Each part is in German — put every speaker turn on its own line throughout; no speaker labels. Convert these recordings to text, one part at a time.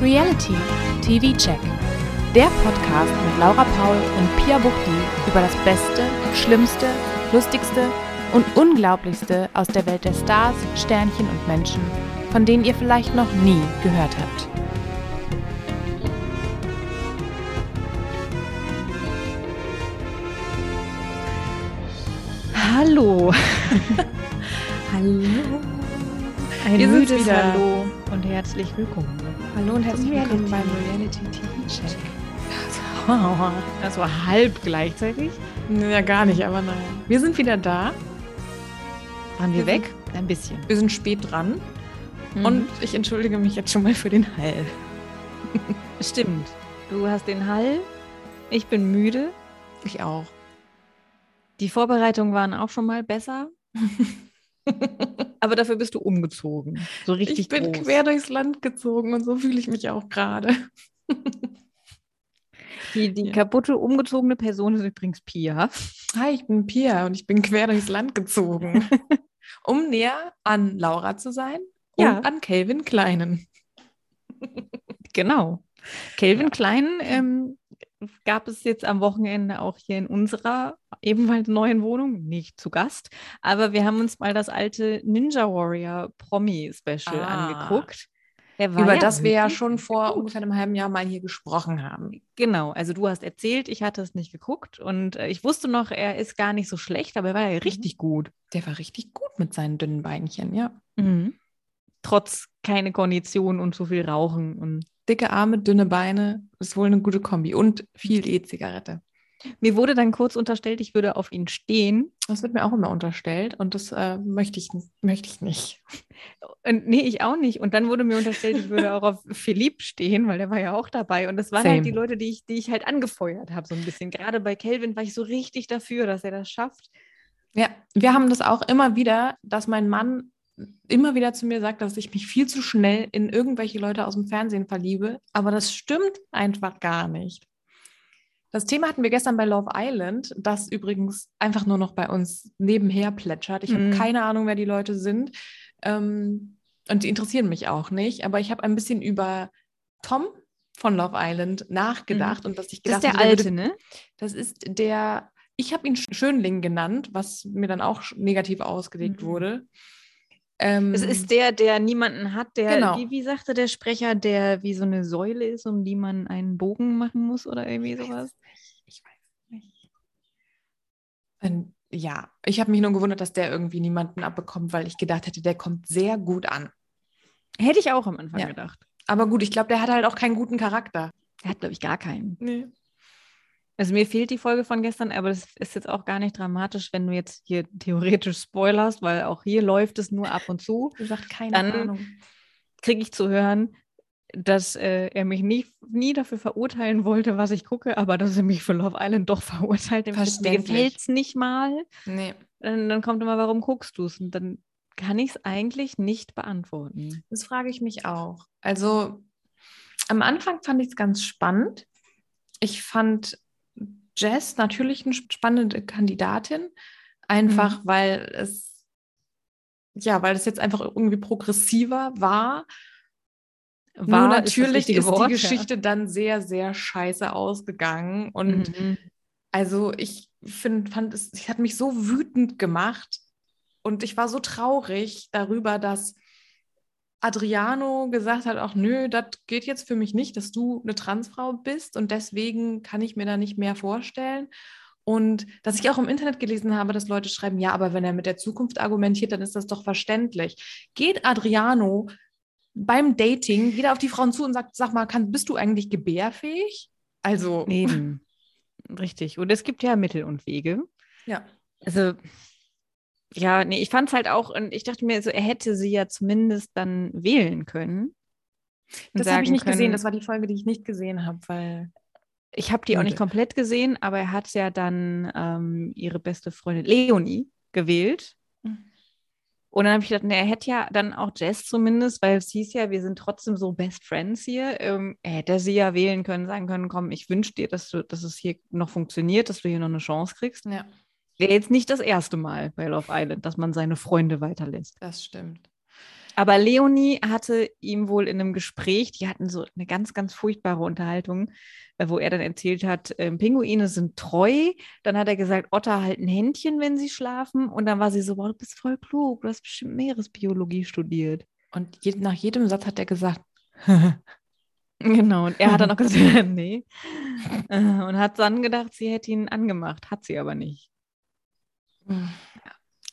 Reality TV Check. Der Podcast mit Laura Paul und Pia Buchti über das Beste, Schlimmste, Lustigste und Unglaublichste aus der Welt der Stars, Sternchen und Menschen, von denen ihr vielleicht noch nie gehört habt.
Hallo. Hallo. Ein
Wir sind's
müdes
wieder.
Hallo und herzlich willkommen.
Hallo und
herzlich willkommen
Reality TV Check.
Das war halb gleichzeitig.
Ja, gar nicht, aber naja. Wir sind wieder da.
Waren wir
Wir
weg? Ein bisschen.
Wir sind spät dran. Und ich entschuldige mich jetzt schon mal für den Hall.
stimmt. Du hast den Hall. Ich bin müde.
Ich auch.
Die Vorbereitungen waren auch schon mal besser. Aber dafür bist du umgezogen. So richtig
ich bin
groß.
quer durchs Land gezogen und so fühle ich mich auch gerade.
Die, die
Ja.
kaputte, umgezogene Person ist übrigens Pia.
Hi, ich bin Pia und ich bin quer durchs Land gezogen, um näher an Laura zu sein
Ja.
und an Calvin Kleinen.
Genau. Calvin Klein ähm, gab es jetzt am Wochenende auch hier in unserer ebenfalls neuen Wohnung, nicht zu Gast, aber wir haben uns mal das alte Ninja Warrior Promi Special
Ah.
angeguckt. Der war
Über das wir ja
wirklich
schon vor
gut.
ungefähr einem halben Jahr mal hier gesprochen haben.
Genau, also du hast erzählt, ich hatte es nicht geguckt und äh, ich wusste noch, er ist gar nicht so schlecht, aber er war ja richtig gut.
Der war richtig gut mit seinen dünnen Beinchen, ja.
Mhm. Trotz keine Kondition und so viel Rauchen und
Dicke Arme, dünne Beine, ist wohl eine gute Kombi und viel E-Zigarette.
mir wurde dann kurz unterstellt, ich würde auf ihn stehen.
Das wird mir auch immer unterstellt und das äh, möchte, ich, möchte ich nicht.
Und Äh, nee, ich auch nicht. Und dann wurde mir unterstellt, ich würde auch auf Philipp stehen, weil der war ja auch dabei. Und das waren
Same.
halt die Leute, die ich, die ich halt angefeuert habe, so ein bisschen. Gerade bei Kelvin war ich so richtig dafür, dass er das schafft.
Ja, wir haben das auch immer wieder, dass mein Mann immer wieder zu mir sagt, dass ich mich viel zu schnell in irgendwelche Leute aus dem Fernsehen verliebe. Aber das stimmt einfach gar nicht. Das Thema hatten wir gestern bei Love Island, das übrigens einfach nur noch bei uns nebenher plätschert. Ich
Mhm.
habe keine Ahnung, wer die Leute sind. Ähm, und die interessieren mich auch nicht. Aber ich habe ein bisschen über Tom von Love Island nachgedacht und dass ich gedacht habe, würde
ne?
das ist der, ich habe ihn Sch- Schönling genannt, was mir dann auch sch- negativ ausgelegt
Mhm.
wurde. Ähm,
Es ist der, der niemanden hat, der,
Genau.
wie, wie sagte der Sprecher, der wie so eine Säule ist, um die man einen Bogen machen muss oder irgendwie sowas.
Ich weiß nicht. Ähm, ja, ich habe mich nur gewundert, dass der irgendwie niemanden abbekommt, weil ich gedacht hätte, der kommt sehr gut an.
Hätte ich auch am Anfang
Ja.
gedacht.
Aber gut, ich glaube, der hat halt auch keinen guten Charakter.
Er hat, glaube ich, gar keinen.
Nee.
Also mir fehlt die Folge von gestern, aber das ist jetzt auch gar nicht dramatisch, wenn du jetzt hier theoretisch spoilerst, weil auch hier läuft es nur ab und zu.
Wie gesagt, keine
Dann-
Ahnung.
Kriege ich zu hören, dass äh, er mich nie, nie dafür verurteilen wollte, was ich gucke, aber dass er mich für Love Island doch verurteilt. Im Prinzip, Mir
Verständlich.
gefällt es nicht mal.
Nee.
Dann, dann kommt immer, warum guckst du es? Und dann kann ich es eigentlich nicht beantworten.
Das frage ich mich auch. Also am Anfang fand ich es ganz spannend. Ich fand Jess natürlich eine sp- spannende Kandidatin, einfach weil es ja, weil es jetzt einfach irgendwie progressiver war. Nur natürlich ist,
Wort,
die Geschichte dann sehr, sehr scheiße ausgegangen.
Ja.
Und
Mhm.
also ich find, fand es, es hat mich so wütend gemacht und ich war so traurig darüber, dass Adriano gesagt hat, ach nö, das geht jetzt für mich nicht, dass du eine Transfrau bist und deswegen kann ich mir da nicht mehr vorstellen. Und dass ich auch im Internet gelesen habe, dass Leute schreiben, ja, aber wenn er mit der Zukunft argumentiert, dann ist das doch verständlich. Geht Adriano beim Dating wieder auf die Frauen zu und sagt, sag mal, kann, bist du eigentlich gebärfähig? Also,
Eben. Richtig. Und es gibt ja Mittel und Wege.
ja.
Also, ja, nee, ich fand es halt auch, und ich dachte mir so, er hätte sie ja zumindest dann wählen können. und
Das habe ich
sagen
nicht gesehen.
können,
Das war die Folge, die ich nicht gesehen habe, weil.
ich habe die auch nicht
Nö.
komplett gesehen, aber er hat ja dann ähm, ihre beste Freundin Leonie gewählt.
Mhm.
Und dann habe ich gedacht, nee, er hätte ja dann auch Jess zumindest, weil es hieß ja, wir sind trotzdem so Best Friends hier. Ähm, er hätte sie ja wählen können, sagen können, komm, ich wünsche dir, dass, du, dass es hier noch funktioniert, dass du hier noch eine Chance kriegst.
Ja,
Wäre jetzt nicht das erste Mal bei Love Island, dass man seine Freunde weiterlässt.
das stimmt.
Aber Leonie hatte ihm wohl in einem Gespräch, die hatten so eine ganz, ganz furchtbare Unterhaltung, äh, wo er dann erzählt hat, ähm, Pinguine sind treu. Dann hat er gesagt, Otter halten Händchen, wenn sie schlafen. Und dann war sie so, boah, du bist voll klug, du hast bestimmt Meeresbiologie studiert.
Und je, nach jedem Satz hat er gesagt,
Genau, und er hat dann auch gesagt, nee. Äh, Und hat dann gedacht, sie hätte ihn angemacht, hat sie aber nicht.
hm.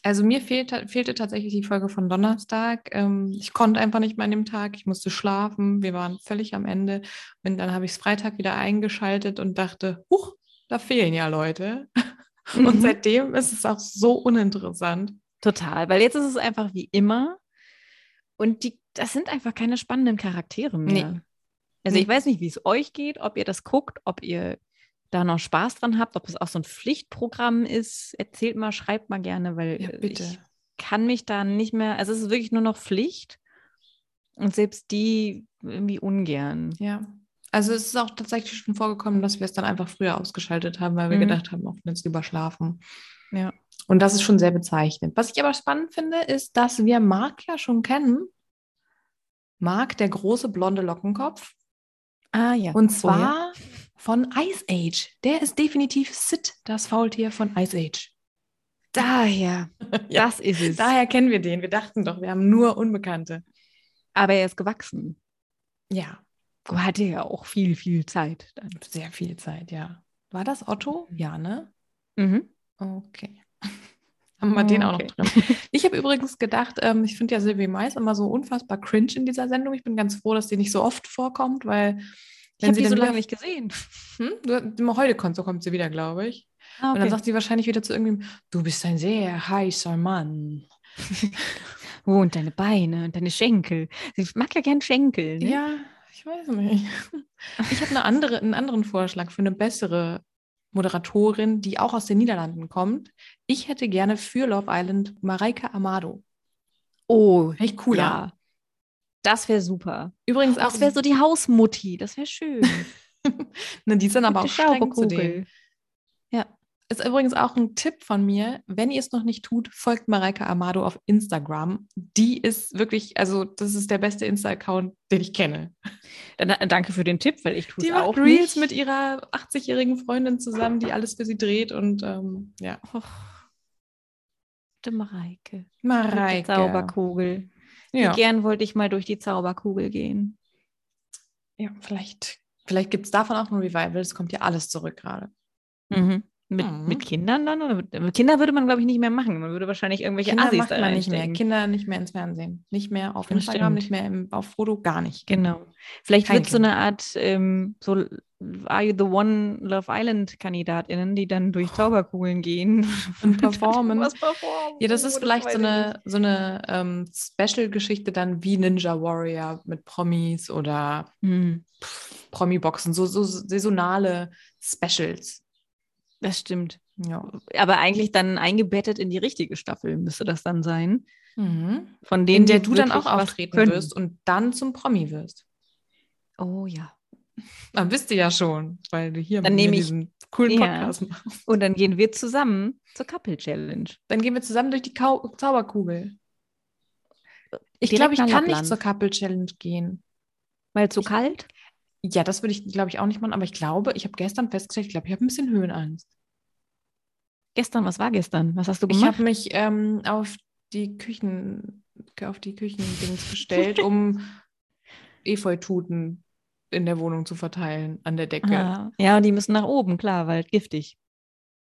also mir fehlt, fehlte tatsächlich die Folge von Donnerstag. Ähm, ich konnte einfach nicht mehr an dem Tag. Ich musste schlafen. Wir waren völlig am Ende. Und dann habe ich es Freitag wieder eingeschaltet und dachte, huch, da fehlen ja Leute. Und seitdem ist es auch so uninteressant.
Total, weil jetzt ist es einfach wie immer. Und die, das sind einfach keine spannenden Charaktere mehr.
Nee.
Also ich
Nee.
weiß nicht, wie es euch geht, ob ihr das guckt, ob ihr da noch Spaß dran habt, ob es auch so ein Pflichtprogramm ist. Erzählt mal, schreibt mal gerne, weil äh, ich kann mich da nicht mehr, also es ist wirklich nur noch Pflicht. Und selbst die irgendwie ungern.
Ja. Also es ist auch tatsächlich schon vorgekommen, dass wir es dann einfach früher ausgeschaltet haben, weil wir
Mhm.
gedacht haben, auch jetzt lieber schlafen.
Ja.
Und das ist schon sehr bezeichnend. Was ich aber spannend finde, ist, dass wir Marc ja schon kennen. Marc, der große blonde Lockenkopf.
Ah ja.
Und zwar von Ice Age. Der ist definitiv Sid, das Faultier von Ice Age.
daher.
Ja.
Das ist es.
Daher kennen wir den. Wir dachten doch, wir haben nur Unbekannte.
Aber er ist gewachsen.
Ja,
Hatte ja auch viel, viel Zeit dann.
sehr viel Zeit, ja. War das Otto? Ja, ne?
Mhm.
Okay. Haben wir den auch noch
Okay.
drin. Ich habe übrigens gedacht, ähm, ich finde ja Sylvie Mais immer so unfassbar cringe in dieser Sendung. Ich bin ganz froh, dass die nicht so oft vorkommt, weil
Ich
wenn
habe
sie
die so
dann
lange
wieder,
nicht gesehen.
hm, du, heute kommt, so kommt sie wieder, glaube ich.
Ah,
Und dann sagt sie wahrscheinlich wieder zu irgendjemandem, du bist ein sehr heißer Mann.
oh, und deine Beine und deine Schenkel. Sie mag ja gern Schenkel. Ne?
Ja, ich weiß nicht. Ich habe eine andere, einen anderen Vorschlag für eine bessere Moderatorin, die auch aus den Niederlanden kommt. Ich hätte gerne für Love Island Mareike Amado.
Oh,
Echt cooler.
ja. Das wäre super.
Übrigens auch
Das wäre so die Hausmutti. Das wäre schön.
Ne, die sind aber auch
Die
streng zu denen.
Schaubekugel.
Ist übrigens auch ein Tipp von mir, wenn ihr es noch nicht tut, folgt Mareike Amado auf Instagram. Die ist wirklich, also das ist der beste Insta-Account, den ich kenne.
Dann, äh, danke für den Tipp, weil ich tue
Die
es
macht
auch
Reels
nicht.
mit ihrer 80-jährigen Freundin zusammen, die alles für sie dreht und ähm, ja.
Och. Die Mareike. Mit der
Mareike.
Zauberkugel.
Ja,
Wie gern wollte ich mal durch die Zauberkugel gehen.
ja vielleicht, vielleicht gibt es davon auch ein Revival. Es kommt ja alles zurück gerade.
Mhm. Mit,
Mhm.
mit Kindern dann? Oder mit, mit Kindern würde man, glaube ich, nicht mehr machen. Man würde wahrscheinlich irgendwelche
Kinder
Assis
macht
da
man nicht mehr.
reinstecken.
Kinder nicht mehr ins Fernsehen. Nicht mehr auf
Das
Instagram,
stimmt.
nicht mehr im, auf Foto, gar nicht.
Genau. Vielleicht
Kein
wird es so eine Art ähm, so Are You the One Love Island KandidatInnen, die dann durch Zauberkugeln gehen
Und
dann
performen.
was Oh. performen.
Ja, das ist
Oh,
vielleicht
weiß
so
ich
eine, so eine ähm, Special-Geschichte dann wie Ninja Warrior mit Promis oder
nicht. Hm,
Promi-Boxen, so, so saisonale Specials.
das stimmt.
Ja.
Aber eigentlich dann eingebettet in die richtige Staffel müsste das dann sein.
Mhm.
Von denen,
In der
die
du dann auch
wirklich was
auftreten
können.
wirst und dann zum Promi wirst.
Oh ja.
Dann bist du ja schon, weil du hier
Dann
mit mir
nehme ich-
diesen coolen
Ja.
Podcast machst.
Und dann gehen wir zusammen zur Couple Challenge.
Dann gehen wir zusammen durch die Kau Zauberkugel. Ich
Direkt
glaube, ich
nach
kann nicht
Lappland.
zur Couple Challenge gehen.
Weil zu
Ich-
kalt?
Ja, das würde ich, glaube ich, auch nicht machen, aber ich glaube, ich habe gestern festgestellt, ich glaube, ich habe ein bisschen Höhenangst.
Gestern, was war gestern? Was hast du
Ich
gemacht?
habe mich ähm, auf die Küchen, auf die Küchendings bestellt, um Efeututen in der Wohnung zu verteilen an der Decke.
Ah, ja, und die müssen nach oben, klar, weil giftig.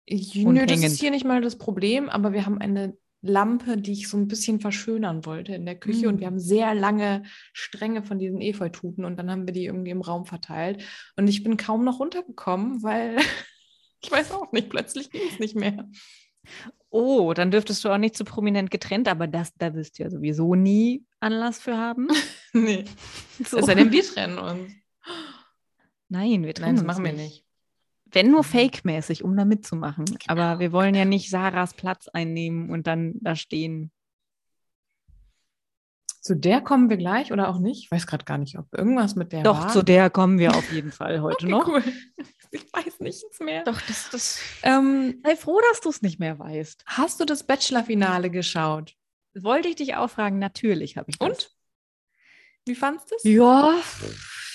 Ich, nö, das
hängend.
ist hier nicht mal das Problem, aber wir haben eine Lampe, die ich so ein bisschen verschönern wollte in der Küche und wir
Mm.
haben sehr lange Stränge von diesen Efeututen und dann haben wir die irgendwie im Raum verteilt und ich bin kaum noch runtergekommen, weil ich weiß auch nicht, plötzlich ging es nicht mehr.
Oh, dann dürftest du auch nicht zu prominent getrennt, aber das, da wirst du ja sowieso nie Anlass für haben.
Nee,
So.
es sei denn, wir trennen uns.
Nein, wir trennen
Nein, das
uns
machen wir nicht.
Wenn nur fake-mäßig, um da mitzumachen. Aber wir wollen ja nicht Sarahs Platz einnehmen und dann da stehen.
Zu der kommen wir gleich oder auch nicht. Ich weiß gerade gar nicht, ob irgendwas mit der
Doch,
war.
zu der kommen wir auf jeden Fall heute
Okay,
noch.
Cool. Ich weiß nichts mehr.
Doch, das, das.
Ähm,
Sei froh, dass du es nicht mehr weißt.
hast du das Bachelor-Finale geschaut?
wollte ich dich auch fragen, natürlich habe ich das.
Und? Wie fandst du es?
Ja,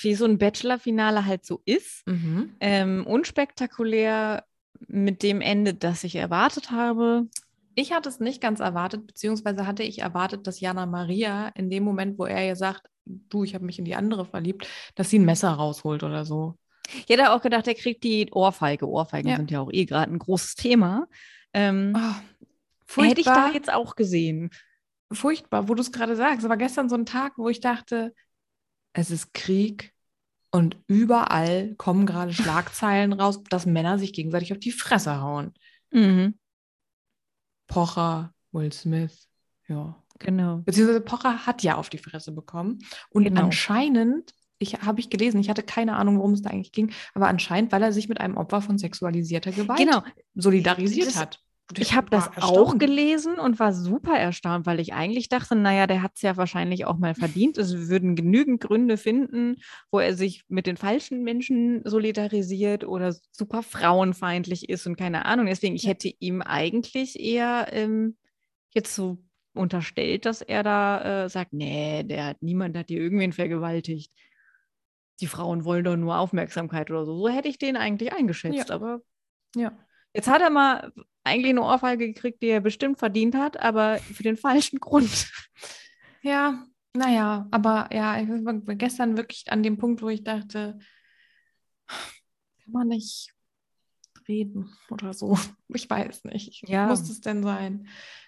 wie so ein Bachelor-Finale halt so ist.
Mhm.
Ähm, unspektakulär mit dem Ende, das ich erwartet habe.
Ich hatte es nicht ganz erwartet, beziehungsweise hatte ich erwartet, dass Jana Maria in dem Moment, wo er ihr sagt, du, ich habe mich in die andere verliebt, dass sie ein Messer rausholt oder so.
Ich hätte auch gedacht, er kriegt die Ohrfeige. Ohrfeigen
Ja.
sind ja auch eh gerade ein großes Thema. Ähm,
furchtbar,
Hätte ich da jetzt auch gesehen.
furchtbar, wo du es gerade sagst. Aber gestern so ein Tag, wo ich dachte, es ist Krieg und überall kommen gerade Schlagzeilen raus, dass Männer sich gegenseitig auf die Fresse hauen.
Mhm,
Pocher, Will Smith, ja.
genau.
Beziehungsweise Pocher hat ja auf die Fresse bekommen. Und
Genau.
anscheinend, ich habe ich gelesen, ich hatte keine Ahnung, worum es da eigentlich ging, aber anscheinend, weil er sich mit einem Opfer von sexualisierter Gewalt
Genau.
solidarisiert
Das-
hat. Und
Ich habe das
war
auch
erstaunt.
gelesen und war super erstaunt, weil ich eigentlich dachte, naja, der hat es ja wahrscheinlich auch mal verdient. Es würden genügend Gründe finden, wo er sich mit den falschen Menschen solidarisiert oder super frauenfeindlich ist und keine Ahnung. Deswegen, ich
Ja.
hätte ihm eigentlich eher ähm, jetzt so unterstellt, dass er da äh, sagt, nee, der hat niemand hat hier irgendwen vergewaltigt. Die Frauen wollen doch nur Aufmerksamkeit oder so. So hätte ich den eigentlich eingeschätzt, aber
Ja.
Jetzt hat er mal eigentlich eine Ohrfeige gekriegt, die er bestimmt verdient hat, aber für den falschen Grund.
Ja, naja, aber ja, ich war gestern wirklich an dem Punkt, wo ich dachte, kann man nicht reden oder so. Ich weiß nicht.
Ja.
Muss es denn sein?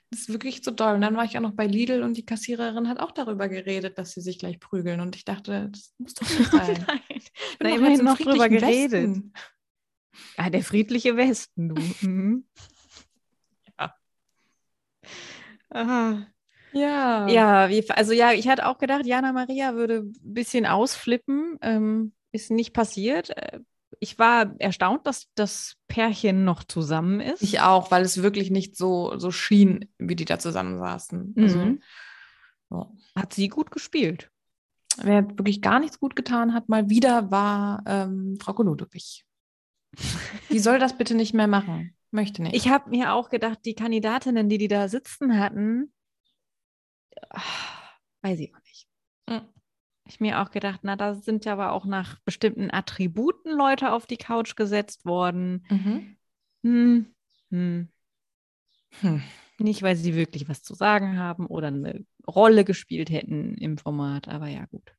Das ist wirklich zu doll. Und dann war ich auch noch bei Lidl und die Kassiererin hat auch darüber geredet, dass sie sich gleich prügeln. Und ich dachte, das muss doch nicht sein. Ich bin
Nein. Na,
doch
immerhin
jetzt im
noch drüber
friedlichen
geredet.
Westen.
Ah, der friedliche Westen, du. Mhm.
Ja.
Aha.
Ja.
Ja, wie, also ja, ich hatte auch gedacht, Jana Maria würde ein bisschen ausflippen. Ähm, ist nicht passiert. Äh, Ich war erstaunt, dass das Pärchen noch zusammen ist.
Ich auch, weil es wirklich nicht so, so schien, wie die da zusammensaßen. Also,
Mhm.
ja.
Hat sie gut gespielt.
Wer wirklich gar nichts gut getan hat, mal wieder war ähm, Frau Kolodowich. Die soll das bitte nicht mehr machen. Möchte nicht.
Ich habe mir auch gedacht, die Kandidatinnen, die die da sitzen hatten, ah, weiß ich auch nicht.
Mm.
Ich mir auch gedacht, na, da sind ja aber auch nach bestimmten Attributen Leute auf die Couch gesetzt worden.
Mhm.
Hm, hm.
Hm.
Nicht, weil sie wirklich was zu sagen haben oder eine Rolle gespielt hätten im Format, aber ja, gut.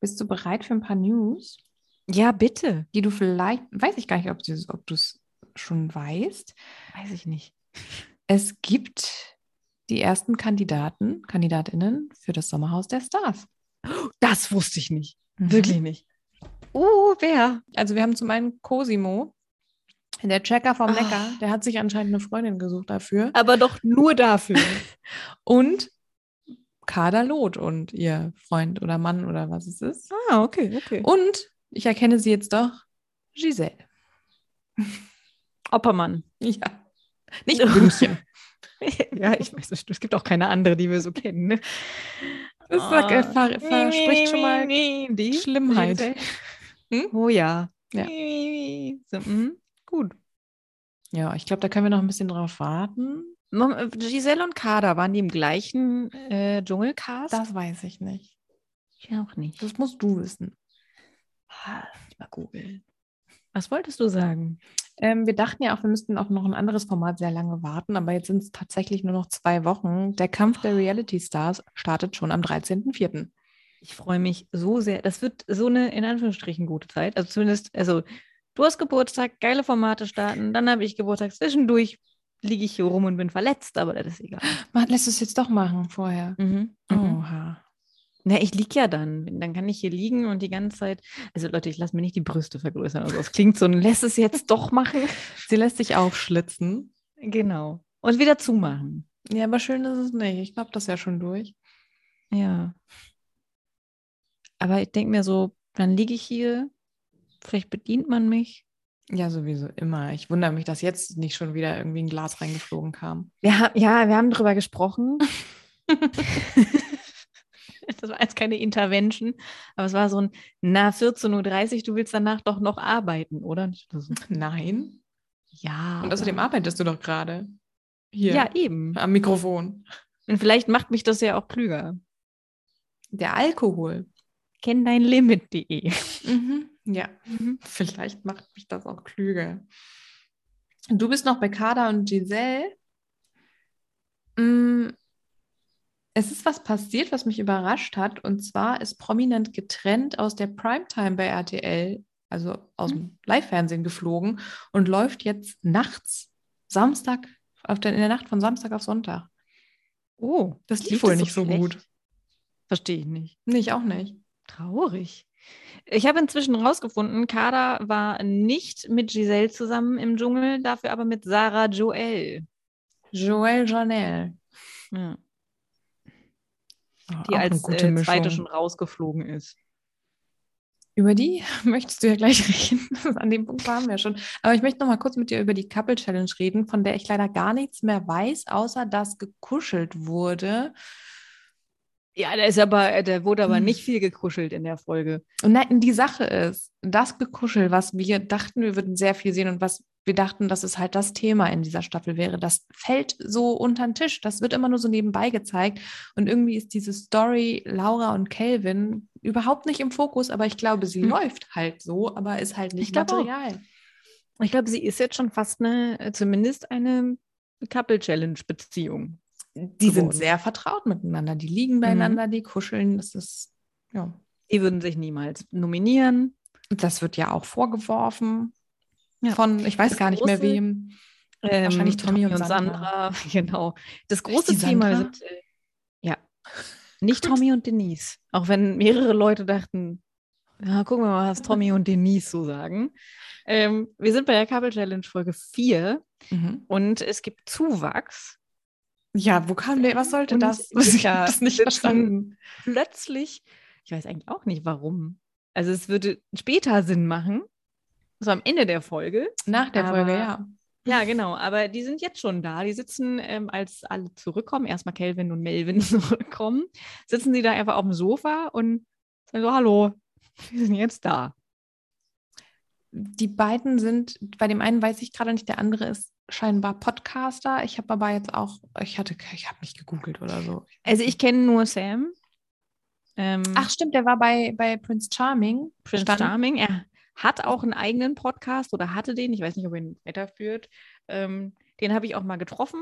Bist du bereit für ein paar News,
Ja, bitte.
die du vielleicht, weiß ich gar nicht, ob du es ob du's schon weißt.
Weiß ich nicht.
Es gibt die ersten Kandidaten, Kandidatinnen für das Sommerhaus der Stars.
Das wusste ich nicht.
Mhm.
Wirklich nicht. Oh, wer?
Also wir haben zum einen Cosimo, der Checker vom
Ah.
Neckar, der hat sich anscheinend eine Freundin gesucht dafür.
Aber doch nur dafür.
Und Kader Loth und ihr Freund oder Mann oder was es ist.
ah, okay, okay.
Und ich erkenne sie jetzt doch, Giselle.
Oppermann.
Ja. Nicht Blümchen.
ja, ich weiß nicht. Es gibt auch keine andere, die wir so kennen. Ne?
Das
Ah.
sagt, er ver verspricht schon mal
die
Schlimmheit. Hm?
Oh ja.
Ja.
So, mhm, gut.
Ja, ich glaube, da können wir noch ein bisschen drauf warten.
Mom- äh, Giselle und Kader waren die im gleichen äh, Dschungelcast?
Das weiß ich nicht.
ich auch nicht.
Das musst du wissen.
Ah, Mal googeln. Was wolltest du sagen?
Ähm, wir dachten ja auch, wir müssten auf noch ein anderes Format sehr lange warten, aber jetzt sind es tatsächlich nur noch zwei Wochen. Der Kampf der Reality Stars startet schon am 13.04.
Ich freue mich so sehr. Das wird so eine in Anführungsstrichen gute Zeit. Also zumindest, also du hast Geburtstag, geile Formate starten, dann habe ich Geburtstag, zwischendurch liege ich hier rum und bin verletzt, aber das ist egal.
Man, lässt es jetzt doch machen vorher.
Mhm. Mhm.
Oha.
Na, ich liege ja dann. Dann kann ich hier liegen und die ganze Zeit. Also Leute, ich lasse mir nicht die Brüste vergrößern. Also das klingt so ein lässt es jetzt doch machen.
Sie lässt sich aufschlitzen.
Genau. Und wieder zumachen.
Ja, aber schön ist es nicht. Ich glaube, das ist ja schon durch.
Ja. Aber ich denke mir so, dann liege ich hier, vielleicht bedient man mich.
Ja, sowieso immer. Ich wundere mich, dass jetzt nicht schon wieder irgendwie ein Glas reingeflogen kam.
Wir haben, ja, wir haben drüber gesprochen. das war jetzt keine Intervention, aber es war so ein, na, 14.30 Uhr, du willst danach doch noch arbeiten, oder? Und ich dachte so,
Nein.
Ja.
Und außerdem
aber-
arbeitest du doch gerade. Hier
Ja, eben.
am Mikrofon.
Und vielleicht macht mich das ja auch klüger.
Der Alkohol.
Kenn dein Limit.de.
Mhm. Ja, vielleicht macht mich das auch klüger. Du bist noch bei Kader und Giselle. Mm, Es ist was passiert, was mich überrascht hat. Und zwar ist prominent getrennt aus der Primetime bei RTL, also aus dem Live-Fernsehen geflogen und läuft jetzt nachts, Samstag, auf der, in der Nacht von Samstag auf Sonntag.
Oh,
Das lief
lief
wohl
das so
nicht so
schlecht?
gut.
verstehe ich nicht.
Nee, ich auch nicht.
Traurig. Ich habe inzwischen rausgefunden, Kader war nicht mit Giselle zusammen im Dschungel, dafür aber mit Sarah Joel.
Joël Janel.
Ja,
Ah, auch
die
eine
als
gute
äh, zweite schon
Mischung.
rausgeflogen ist.
Über die möchtest du ja gleich reden. Also An dem Punkt waren wir schon. Aber ich möchte noch mal kurz mit dir über die Couple Challenge reden, von der ich leider gar nichts mehr weiß, außer dass gekuschelt wurde.
Ja, da ist aber, äh, da wurde aber
Hm.
nicht viel gekuschelt in der Folge.
Und nein, die Sache ist, das Gekuschel, was wir dachten, wir würden sehr viel sehen und was wir dachten, dass es halt das Thema in dieser Staffel wäre, das fällt so unter den Tisch. Das wird immer nur so nebenbei gezeigt. Und irgendwie ist diese Story Laura und Calvin überhaupt nicht im Fokus, aber ich glaube, sie
Hm.
läuft halt so, aber ist halt nicht
Ich glaube auch.
Material.
Ich glaube, sie ist jetzt schon fast eine, äh, zumindest eine Couple-Challenge-Beziehung.
die sind
geworden.
sehr vertraut miteinander. Die liegen beieinander, die kuscheln. Das ist, ja.
Die würden sich niemals nominieren.
Und Das wird ja auch vorgeworfen
Ja.
von, ich weiß
Das
gar nicht mehr
große-
wem.
Ähm,
Wahrscheinlich Tommy und
Genau. Das
Heißt die
große Thema
Sandra?
sind, äh, ja, nicht
Gut.
Tommy und Denise. Auch wenn mehrere Leute dachten, ja, gucken wir mal, was Tommy und Denise so sagen. Ähm, wir sind bei der Couple Challenge Folge 4
Mhm.
und es gibt Zuwachs.
Ja, wo kam der, was sollte
Und
das? Ich
Mika
habe das nicht
sitzen-
verstanden.
Plötzlich, ich weiß eigentlich auch nicht warum. Also es würde später Sinn machen, so am Ende der Folge.
Nach der
Aber-
Folge, ja.
Ja, genau, aber die sind jetzt schon da. Die sitzen, ähm, als alle zurückkommen, erstmal Kelvin und Melvin zurückkommen, sitzen die da einfach auf dem Sofa und sagen so, hallo, wir sind jetzt da.
Die beiden sind, bei dem einen weiß ich gerade nicht, der andere ist scheinbar Podcaster. Ich habe aber jetzt auch, ich hatte, ich habe nicht gegoogelt oder so.
Also ich kenne nur Sam. Ähm,
Ach stimmt, der war bei, bei Mhm. Prince Charming.
Prince
stand-
Charming, er hat auch einen eigenen Podcast oder hatte den, ich weiß nicht, ob er ihn weiterführt. Ähm, den habe ich auch mal getroffen.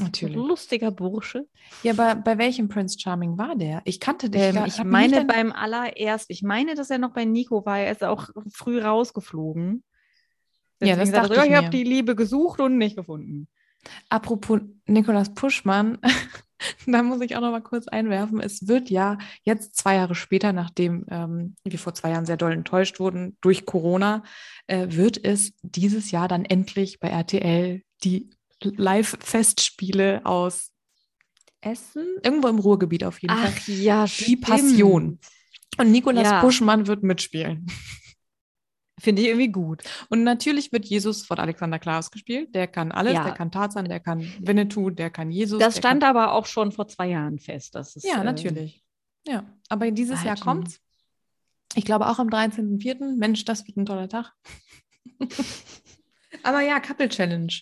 Natürlich.
Lustiger Bursche.
Ja, aber bei welchem Prince Charming war der? Ich kannte den.
ähm,
ich
ich
hab ihn
meine
nicht an-
beim allererst, ich meine, dass er noch bei Nico war. Er ist auch früh rausgeflogen.
Ja, das
Deswegen sagt er
dachte
so,
ich
ich habe
mir.
die Liebe gesucht und nicht gefunden.
Apropos Nikolaus Puschmann, da muss ich auch noch mal kurz einwerfen. Es wird ja jetzt zwei Jahre später, nachdem ähm, wir vor zwei Jahren sehr doll enttäuscht wurden durch Corona, äh, wird es dieses Jahr dann endlich bei RTL die Live-Festspiele aus Essen, irgendwo im Ruhrgebiet auf jeden Fall.
ja,
Die Passion. Und Nikolaus
Ja.
Puschmann wird mitspielen.
Finde ich irgendwie gut.
Und natürlich wird Jesus von Alexander Klaas gespielt. Der kann alles,
Ja.
der kann Tarzan, der kann Winnetou, der kann Jesus.
Das
der
stand
kann,
aber auch schon vor zwei Jahren fest. Dass es,
ne? Ja,
ähm,
natürlich. Ja, aber dieses
war
Jahr
halt schon-
kommt's. Ich glaube auch am 13.04. Mensch, das wird ein toller Tag. aber ja, Couple Challenge.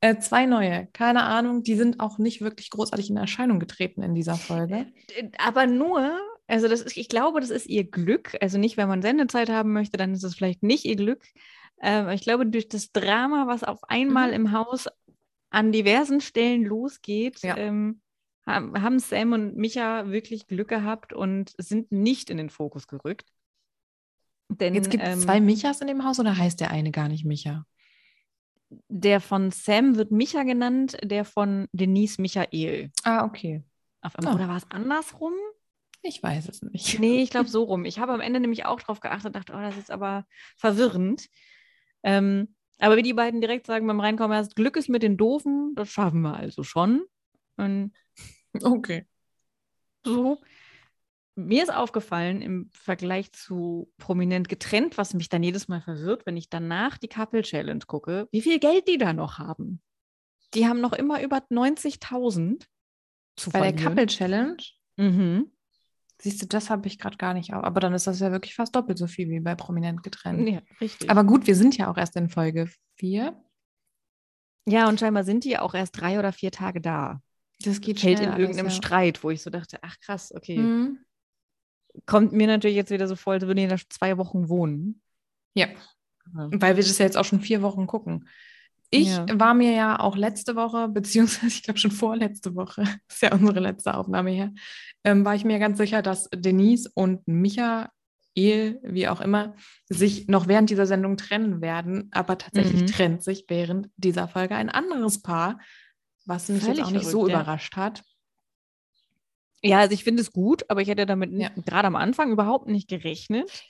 Äh, zwei neue, keine Ahnung, die sind auch nicht wirklich großartig in Erscheinung getreten in dieser Folge.
Äh, Aber nur, also das ist, ich glaube, das ist ihr Glück. Also nicht, wenn man Sendezeit haben möchte, dann ist das vielleicht nicht ihr Glück. Ähm, ich glaube, durch das Drama, was auf einmal
Mhm.
im Haus an diversen Stellen losgeht,
Ja.
ähm, haben haben Sam und Micha wirklich Glück gehabt und sind nicht in den Fokus gerückt. Denn
Jetzt gibt es
ähm,
zwei Michas in dem Haus oder heißt der eine gar nicht Micha?
der von Sam wird Micha genannt, der von Denise Michael.
Ah, okay.
Auf einmal,
Ah.
Oder war es andersrum?
Ich weiß es nicht.
Nee, ich glaube so rum. Ich habe am Ende nämlich auch drauf geachtet und dachte, oh, das ist aber verwirrend. Ähm, aber wie die beiden direkt sagen beim Reinkommen erst, Glück ist mit den Doofen, das schaffen wir also schon. Und
Okay.
so. Mir ist aufgefallen, im Vergleich zu prominent getrennt, was mich dann jedes Mal verwirrt, wenn ich danach die Couple Challenge gucke, wie viel Geld die da noch haben. Die haben noch immer über 90.000 zu
Bei der
verlieren.
Couple Challenge
Mhm.
Siehst du, das habe ich gerade gar nicht auf. Aber dann ist das ja wirklich fast doppelt so viel wie bei Prominent getrennt.
Ja, richtig.
Aber gut, wir sind ja auch erst in Folge 4.
Ja, und scheinbar sind die auch erst drei oder vier Tage da.
Das geht
Hält
schnell
in irgendeinem
alles, ja.
Streit, wo ich so dachte, ach krass, okay.
Mhm.
Kommt mir natürlich jetzt wieder so vor, als würde ich da zwei Wochen wohnen.
Ja.
Ja.
Weil wir das ja jetzt auch schon vier Wochen gucken. Ich
Ja.
war mir ja auch letzte Woche, beziehungsweise ich glaube schon vorletzte Woche, ist ja unsere letzte Aufnahme her, ähm, war ich mir ganz sicher, dass Denise und Michael, wie auch immer, sich noch während dieser Sendung trennen werden. Aber tatsächlich
Mhm.
trennt sich während dieser Folge ein anderes Paar, was mich
Völlig
jetzt auch nicht so
verrückt, ja.
überrascht hat.
Ja, also ich finde es gut, aber ich hätte damit n-
Ja.
gerade am Anfang überhaupt nicht gerechnet.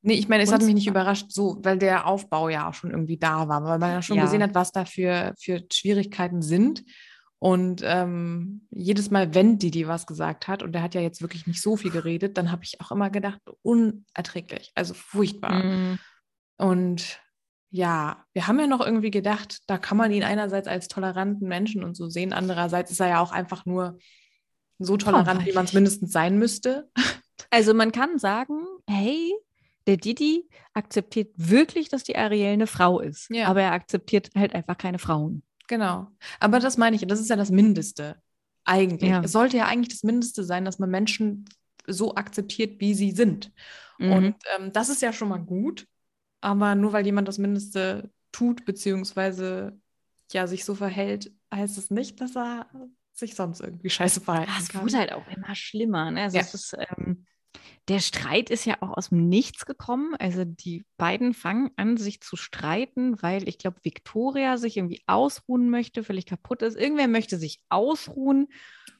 Nee, ich meine, es
Und-
hat mich nicht überrascht, so, weil der Aufbau ja auch schon irgendwie da war, weil man ja schon
Ja.
gesehen hat, was da für, für Schwierigkeiten sind. Und ähm, jedes Mal, wenn Didi was gesagt hat, und der hat ja jetzt wirklich nicht so viel geredet, dann habe ich auch immer gedacht, unerträglich, also furchtbar.
Mhm.
Und ja, wir haben ja noch irgendwie gedacht, da kann man ihn einerseits als toleranten Menschen und so sehen, andererseits ist er ja auch einfach nur so tolerant, wie man
Langweilig.
es mindestens sein müsste.
Also man kann sagen, hey, der Didi akzeptiert wirklich, dass die Ariel eine Frau ist.
Ja.
Aber er akzeptiert halt einfach keine Frauen.
Genau. Aber das meine ich, das ist ja das Mindeste eigentlich.
Ja.
Es sollte ja eigentlich das Mindeste sein, dass man Menschen so akzeptiert, wie sie sind.
Mhm.
Und ähm, das ist ja schon mal gut, aber nur weil jemand das Mindeste tut, beziehungsweise ja sich so verhält, heißt es nicht, dass er sich sonst irgendwie scheiße verhalten
Ja, es
kann.
wurde halt auch immer schlimmer. Ne? Also
Ja.
es ist, ähm, der Streit ist ja auch aus dem Nichts gekommen. Also die beiden fangen an, sich zu streiten, weil ich glaube, Victoria sich irgendwie ausruhen möchte, völlig kaputt ist. Irgendwer möchte sich ausruhen.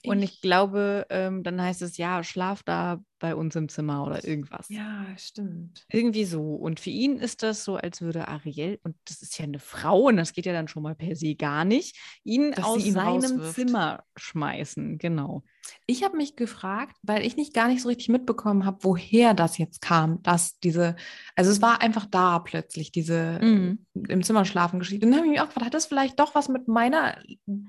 Und ich glaube, ähm, dann heißt es, ja, schlaf da bei uns im Zimmer oder irgendwas.
ja, stimmt.
Irgendwie so. Und für ihn ist das so, als würde Ariel, und das ist ja eine Frau, und das geht ja dann schon mal per se gar nicht, ihn
Dass sie
aus
ihn
seinem
rauswirft.
Zimmer schmeißen. Genau.
Ich habe mich gefragt, weil ich nicht gar nicht so richtig mitbekommen habe, woher das jetzt kam, dass diese, also es war einfach da plötzlich, diese im Zimmer schlafen geschieht. Und dann habe ich mich auch gefragt, hat das vielleicht doch was mit meiner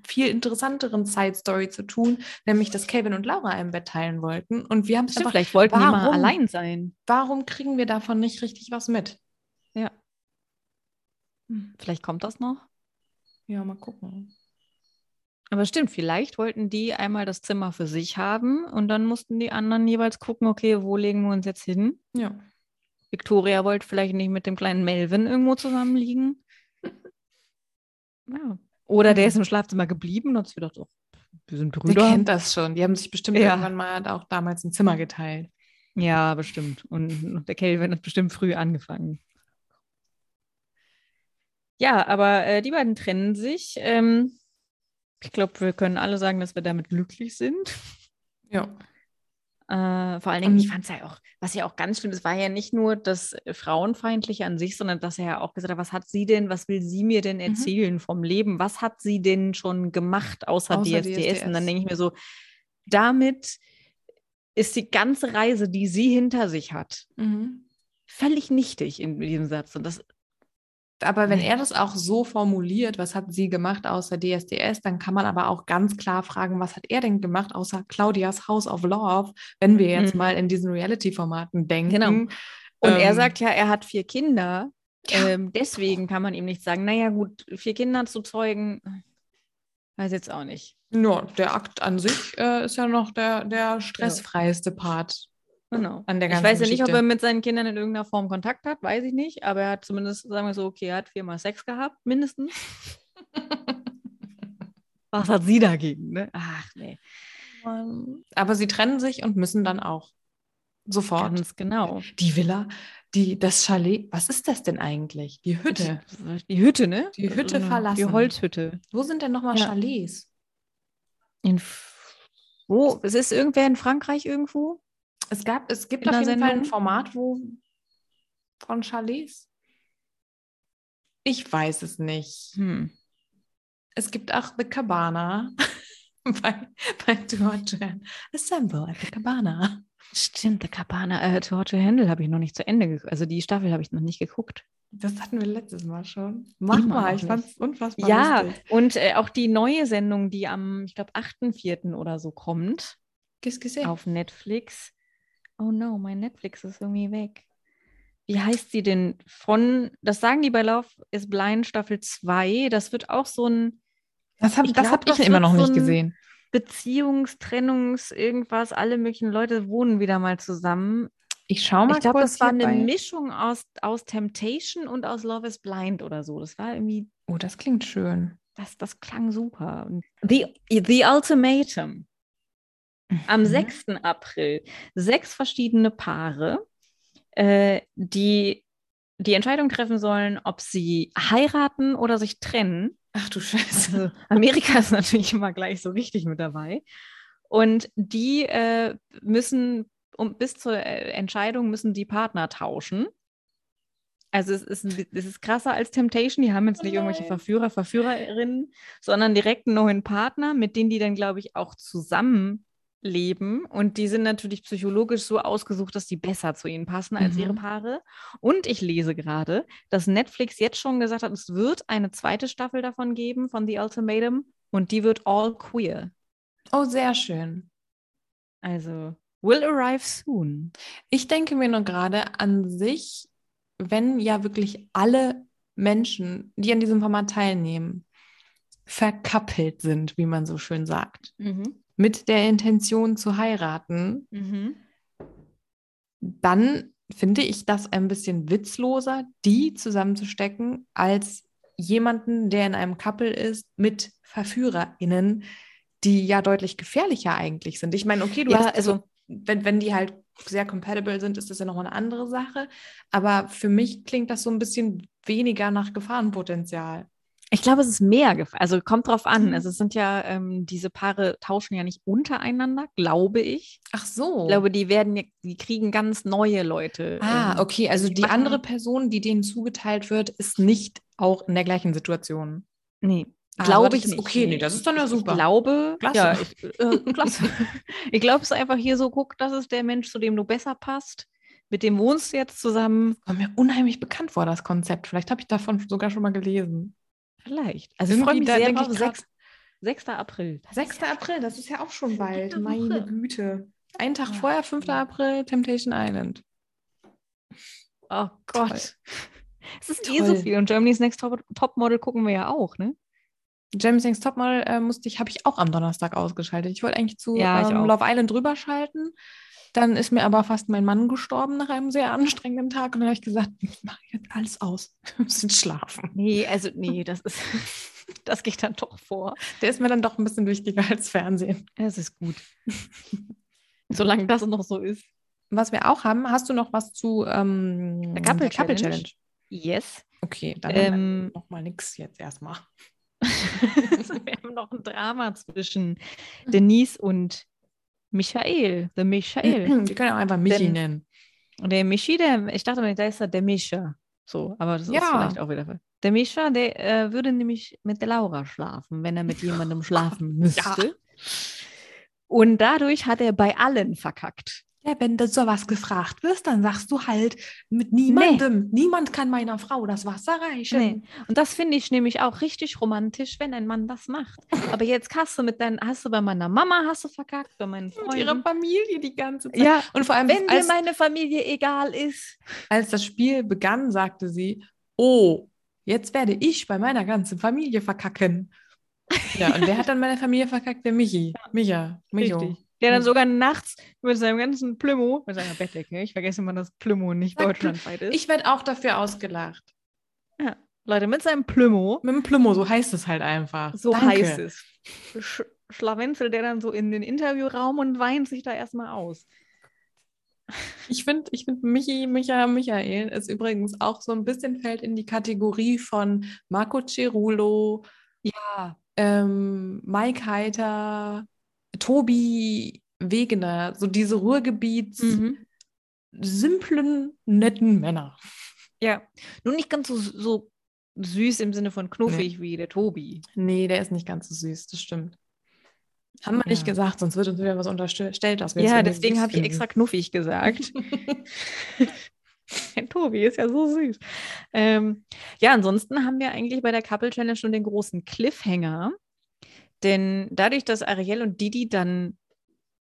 viel interessanteren Side-Story zu tun, nämlich dass Kevin und Laura ein Bett teilen wollten. Und wir haben es
Stimmt,
einfach,
vielleicht wollten die mal
warum?
allein sein.
warum kriegen wir davon nicht richtig was mit?
Ja. Vielleicht kommt das noch.
Ja, mal gucken.
Aber stimmt, vielleicht wollten die einmal das Zimmer für sich haben und dann mussten die anderen jeweils gucken, okay, wo legen wir uns jetzt hin?
Ja.
Victoria wollte vielleicht nicht mit dem kleinen Melvin irgendwo zusammenliegen. ja. Oder der
Mhm.
ist im Schlafzimmer geblieben und hat sich gedacht, oh, wir sind
Wir
Brüder.
kennen das schon. Die haben sich bestimmt
Ja.
irgendwann mal auch damals ein Zimmer geteilt.
Ja, bestimmt. Und der Kelvin hat bestimmt früh angefangen. Ja, aber äh, die beiden trennen sich. Ähm, ich glaube, wir können alle sagen, dass wir damit glücklich sind.
Ja.
Äh, vor allen Dingen, ich
Und-
fand es ja auch, was ja auch ganz schlimm ist, war ja nicht nur das äh, Frauenfeindliche an sich, sondern dass er ja auch gesagt hat, was hat sie denn, was will sie mir denn erzählen vom Leben? Was hat sie denn schon gemacht außer,
Außer
DSDS? Und
DSDS.
dann denke ich mir so, damit ist die ganze Reise, die sie hinter sich hat,
Mhm.
völlig nichtig in diesem Satz. Und das,
Aber wenn
Nee.
er das auch so formuliert, was hat sie gemacht außer DSDS, dann kann man aber auch ganz klar fragen, was hat er denn gemacht außer Claudias House of Love, wenn wir jetzt
Mhm.
mal in diesen Reality-Formaten denken.
Genau. und er
Ähm,
sagt ja, er hat vier Kinder. Ähm, deswegen kann man ihm nicht sagen, naja, gut, vier Kinder zu zeugen, weiß jetzt auch nicht.
Ja, der Akt an sich äh, ist ja noch der, der stressfreieste Part.
Genau.
An der
ich
ganzen
weiß ja nicht, ob
Geschichte.
er mit seinen Kindern in irgendeiner Form Kontakt hat, weiß ich nicht. Aber er hat zumindest, sagen wir so, okay, er hat viermal Sex gehabt, mindestens. Was hat sie dagegen? Ne? Ach nee.
Aber sie trennen sich und müssen dann auch sofort.
Ganz genau.
Die Villa, die, das Chalet, was ist das denn eigentlich? Die Hütte.
Die, die Hütte, ne?
Die Hütte
Äh, Die
verlassen.
Holzhütte.
Wo sind denn nochmal
Ja.
Chalets?
In F- wo? Es ist irgendwer in Frankreich irgendwo?
Es gab, es gibt
In
auf
der
jeden Fall ein
Sendung?
Format, wo von Chalets. Ich weiß es nicht.
Hm.
Es gibt auch The Cabana bei, bei Georgian. Assemble at the Cabana.
Stimmt, The Cabana, äh, To Hot to Handle habe ich noch nicht zu Ende geguckt. Also die Staffel habe ich noch nicht geguckt.
Das hatten wir letztes Mal schon. Mach
Immer
mal,
noch
ich
nicht.
fand es unfassbar
Ja,
lustig.
und äh, auch die neue Sendung, die am, ich glaube, 8.4. oder so kommt
Qu'est-ce que c'est?
auf Netflix. Oh no, mein Netflix ist irgendwie weg. wie heißt sie denn? Von, das sagen die bei Love is Blind Staffel 2. Das wird auch so ein
Das habe
Ich
ich, das
glaub,
hab ich
das
immer
wird
noch
so
nicht
ein-
gesehen.
Beziehungstrennungs, irgendwas, alle möglichen Leute wohnen wieder mal zusammen.
Ich schaue mal
Oh ich glaube,
kurz
das war
hier
eine
bei-
Mischung aus, aus Temptation und aus Love is Blind oder so. Das war irgendwie,
Oh, das klingt schön.
das, das klang super. Und The, the Ultimatum. Am
Mhm.
6. April sechs verschiedene Paare, äh, die die Entscheidung treffen sollen, ob sie heiraten oder sich trennen.
Ach du Scheiße.
Also Amerika ist natürlich immer gleich so richtig mit dabei. Und die äh, müssen, um, bis zur äh, Entscheidung müssen die Partner tauschen. Also es ist, ein- es ist krasser als Temptation. Die haben jetzt
Oh
nicht irgendwelche
nein.
Verführer, Verführerinnen, sondern direkt einen neuen Partner, mit denen die dann, glaube ich, auch zusammenleben. Und die sind natürlich psychologisch so ausgesucht, dass die besser zu ihnen passen als ihre
Mhm.
Paare. Und ich lese gerade, dass Netflix jetzt schon gesagt hat, es wird eine zweite Staffel davon geben, von The Ultimatum. Und die wird all queer.
Oh, sehr schön.
Also, will arrive soon.
Ich denke mir nur gerade an sich, wenn ja wirklich alle Menschen, die an diesem Format teilnehmen, verkappelt sind, wie man so schön sagt,
Mhm.
mit der Intention zu heiraten,
Mhm.
dann finde ich das ein bisschen witzloser, die zusammenzustecken, als jemanden, der in einem Couple ist, mit VerführerInnen, die ja deutlich gefährlicher eigentlich sind. Ich meine, okay, du
Ja,
hast,
also-
also, wenn, wenn die halt sehr compatible sind, ist das ja nochmal eine andere Sache. Aber für mich klingt das so ein bisschen weniger nach Gefahrenpotenzial.
Ich glaube, es ist mehr, gef- also kommt drauf
Mhm.
an. Also es sind ja, ähm, diese Paare tauschen ja nicht untereinander, glaube ich.
Ach so.
Ich glaube, die werden, ja- die kriegen ganz neue Leute.
ah,
ähm,
okay. Also
die
die
machen-
andere Person, die denen zugeteilt wird, ist nicht auch in der gleichen Situation.
Nee,
Ah,
glaube
warte,
ich
das-
nicht.
okay, nee, das ist dann ja
Ich-
super.
Ich glaube,
Klasse.
ja, ich, äh, klasse. ich glaube es ist einfach hier so, guck, das ist der Mensch, zu dem du besser passt. Mit dem wohnst du jetzt zusammen.
Kommt mir unheimlich bekannt vor, das Konzept. Vielleicht habe ich davon sogar schon mal gelesen.
Vielleicht. Also ich
Irgendwie
freue mich
da
sehr
denk ich
drauf.
grad-
6, 6. April.
6. April, das ist ja auch schon bald.
Woche.
Meine Güte. Einen Tag
Ja.
vorher, 5. April, Temptation Island.
Oh Gott. Es ist eh so
Toll.
viel. Und Germany's Next Top Topmodel gucken wir ja auch, ne?
James Thanks Topmodel äh, musste ich, habe ich auch am Donnerstag ausgeschaltet. Ich wollte eigentlich zu
Ja, ich
ähm,
auch.
Love Island drüber schalten. Dann ist mir aber fast mein Mann gestorben nach einem sehr anstrengenden Tag. Und dann habe ich gesagt, ich mache jetzt alles aus. Wir müssen schlafen.
Nee, also nee, das ist, das geht dann doch vor.
Der ist mir dann doch ein bisschen wichtiger als Fernsehen.
Es ist gut. Solange das noch so ist.
Was wir auch haben, hast du noch was zu ähm,
Der Couple Challenge?
Challenge?
Yes.
Okay, dann
Ähm,
noch mal nix jetzt erstmal.
Wir haben noch ein Drama zwischen Denise und Michael. Der Michael.
Wir können auch einfach Michi
Denn-
nennen.
Und der Michi, der, ich dachte, da ist er der Mischa. So, aber das ist
Ja.
vielleicht auch wieder. Der Mischa, der äh, würde nämlich mit der Laura schlafen, wenn er mit jemandem schlafen müsste. Und dadurch hat er bei allen verkackt.
Ja, wenn du sowas gefragt wirst, dann sagst du halt mit Niemand kann meiner Frau das Wasser reichen.
Und das finde ich nämlich auch richtig romantisch, wenn ein Mann das macht. Aber jetzt hast du mit deinen, hast du bei meiner Mama hast du verkackt, bei meinen
Und ihre
Freunden.
Familie die ganze Zeit.
Ja,
Und vor allem,
wenn dir
als,
meine Familie egal ist.
als das Spiel begann, sagte sie, oh, jetzt werde ich bei meiner ganzen Familie verkacken. Ja, und wer hat dann meine Familie verkackt? Der Michi. Micha. Micho.
Richtig. Der dann
Mhm.
sogar nachts mit seinem ganzen Plümo, mit seiner Bettdecke, ich vergesse immer, dass Plümo nicht
Sag Plü-
deutschlandweit ist.
Ich werde auch dafür ausgelacht.
Leute, mit seinem Plümo,
Mit dem Plümo, so heißt es halt einfach.
so
Danke.
heißt es. Sch schlawenzelt der dann so in den Interviewraum und weint sich da erstmal aus.
Ich finde, ich find Michi, Micha, Michael ist übrigens auch so ein bisschen fällt in die Kategorie von Marco Cerulo,
Ja.
ähm, Mike Heiter, Tobi Wegener, so diese Ruhrgebiets,
Mhm.
simplen, netten Männer.
Ja. Nur nicht ganz so, so süß im Sinne von knuffig wie der Tobi.
Nee, der ist nicht ganz so süß, das stimmt. Haben wir nicht
Ja.
gesagt, sonst wird uns wieder was unterstellt, dass wir es
Ja,
irgendwie
deswegen
süß
habe ich
finden.
extra knuffig gesagt. Der Tobi ist ja so süß. Ähm, ja, ansonsten haben wir eigentlich bei der Couple Challenge schon den großen Cliffhanger. Denn dadurch, dass Ariel und Didi dann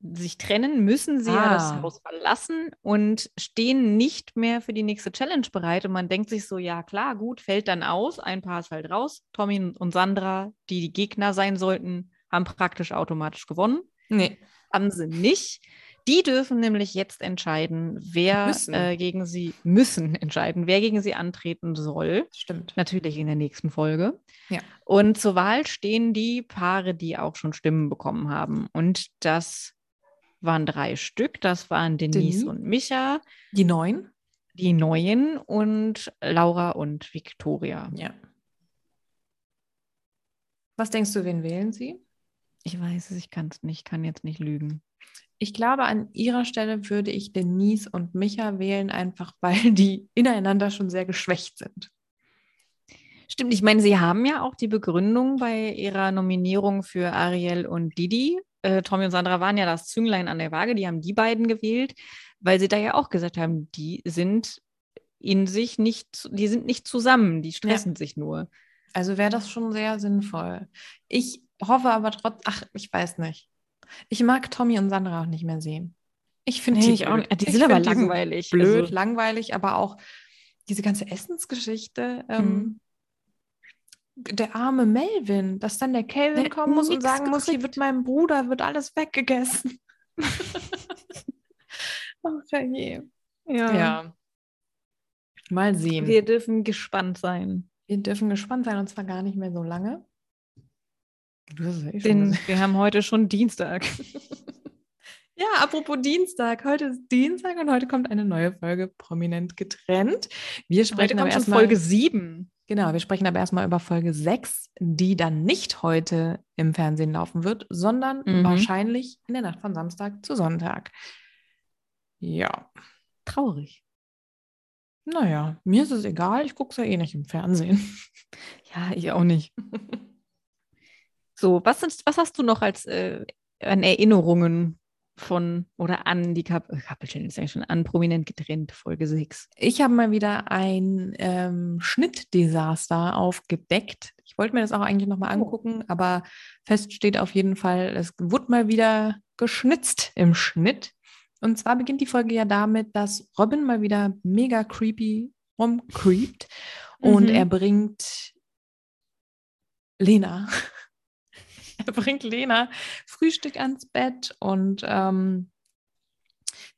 sich trennen, müssen sie ja das
Ah.
Haus verlassen und stehen nicht mehr für die nächste Challenge bereit. Und man denkt sich so, ja klar, gut, fällt dann aus, ein Paar ist halt raus. Tommy und Sandra, die die Gegner sein sollten, haben praktisch automatisch gewonnen.
Nee.
Haben sie nicht. Die dürfen nämlich jetzt entscheiden, wer
Müssen.
äh, gegen sie müssen entscheiden, wer gegen sie antreten soll.
Stimmt.
Natürlich in der nächsten Folge.
Ja.
Und zur Wahl stehen die Paare, die auch schon Stimmen bekommen haben. Und das waren drei Stück. Das waren Denise
Denise.
und Micha,
Die neun?
die Neuen und Laura und Victoria.
Ja. Was denkst du, wen wählen sie?
Ich weiß es, ich kann es nicht, kann jetzt nicht lügen.
Ich glaube, an ihrer Stelle würde ich Denise und Micha wählen, einfach weil die ineinander schon sehr geschwächt sind.
Stimmt, ich meine, sie haben ja auch die Begründung bei ihrer Nominierung für Ariel und Didi. Äh, Tommy und Sandra waren ja das Zünglein an der Waage, die haben die beiden gewählt, weil sie da ja auch gesagt haben, die sind in sich nicht, die sind nicht zusammen, die stressen sich nur.
Also wäre das schon sehr sinnvoll. Ich hoffe aber trotz, ach, ich weiß nicht. Ich mag Tommy und Sandra auch nicht mehr sehen. Ich finde die, blöd.
nicht. Die
Ich
sind aber
find die so
langweilig.
Blöd,
Also,
langweilig, aber auch diese ganze Essensgeschichte. Ähm, Der arme Melvin, dass dann Mhm. der Calvin
Der
kommen muss und
nix
sagen muss, hier wird meinem Bruder, wird alles weggegessen. Ach, je.
ja.
Ja. Mal sehen.
Wir dürfen gespannt sein.
Wir dürfen gespannt sein und zwar gar nicht mehr so lange. Du hast es ja eh schon
Denn
gesagt.
wir haben heute schon Dienstag.
ja, apropos Dienstag. Heute ist Dienstag und heute kommt eine neue Folge Prominent getrennt. Wir sprechen aber erstmal
Folge 7.
Genau, wir sprechen aber erstmal über Folge 6, die dann nicht heute im Fernsehen laufen wird, sondern
Mhm.
wahrscheinlich in der Nacht von Samstag zu Sonntag. Ja,
Traurig.
naja, mir ist es egal, ich gucke es ja eh nicht im Fernsehen.
Ja, ich auch nicht. So, was, sind, was hast du noch als äh, an Erinnerungen von oder an die Kap Kappelchen ist ja schon an prominent getrennt, Folge 6.
Ich habe mal wieder ein ähm, Schnittdesaster aufgedeckt. Ich wollte mir das auch eigentlich nochmal
Oh.
angucken, aber fest steht auf jeden Fall, es wurde mal wieder geschnitzt im Schnitt. Und zwar beginnt die Folge ja damit, dass Robin mal wieder mega creepy rumcreept und
Mhm.
er bringt Lena. er bringt Lena Frühstück ans Bett und ähm,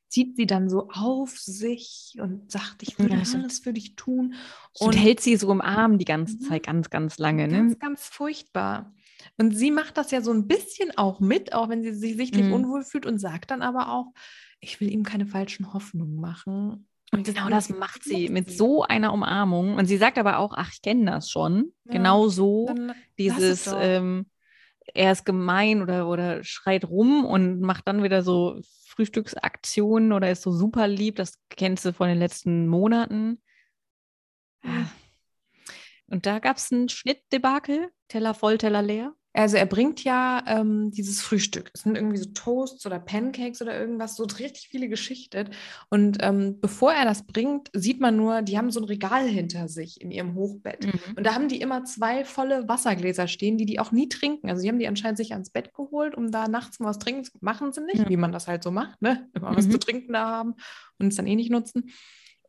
zieht sie dann so auf sich und sagt, ich würde
Ja, so-
alles für dich tun.
Und
Und-
hält sie so im Arm die ganze
Mhm.
Zeit ganz, ganz lange. Ne?
Ganz, ganz furchtbar. Und sie macht das ja so ein bisschen auch mit, auch wenn sie sich sichtlich
Mhm.
unwohl fühlt und sagt dann aber auch, ich will ihm keine falschen Hoffnungen machen.
Und genau das macht sie mit so einer Umarmung. Und sie sagt aber auch, ach, ich kenne das schon.
Ja.
Genau so.
Dann, Lass es
dieses,
doch.
ähm, er ist gemein oder, oder schreit rum und macht dann wieder so Frühstücksaktionen oder ist so super lieb. Das kennst du von den letzten Monaten. Ah.
Ja.
Und da gab es ein Schnittdebakel, Teller voll, Teller leer.
also er bringt ja ähm, dieses Frühstück. Es sind irgendwie so Toasts oder Pancakes oder irgendwas, so richtig viele geschichtet. Und ähm, bevor er das bringt, sieht man nur, die haben so ein Regal hinter sich in ihrem Hochbett. Und da haben die immer zwei volle Wassergläser stehen, die die auch nie trinken. Also die haben die anscheinend sich ans Bett geholt, um da nachts mal was trinken zu Machen sie nicht,
Ja.
wie man das halt so macht, ne? Immer was
Mhm.
zu trinken da haben und es dann eh nicht nutzen.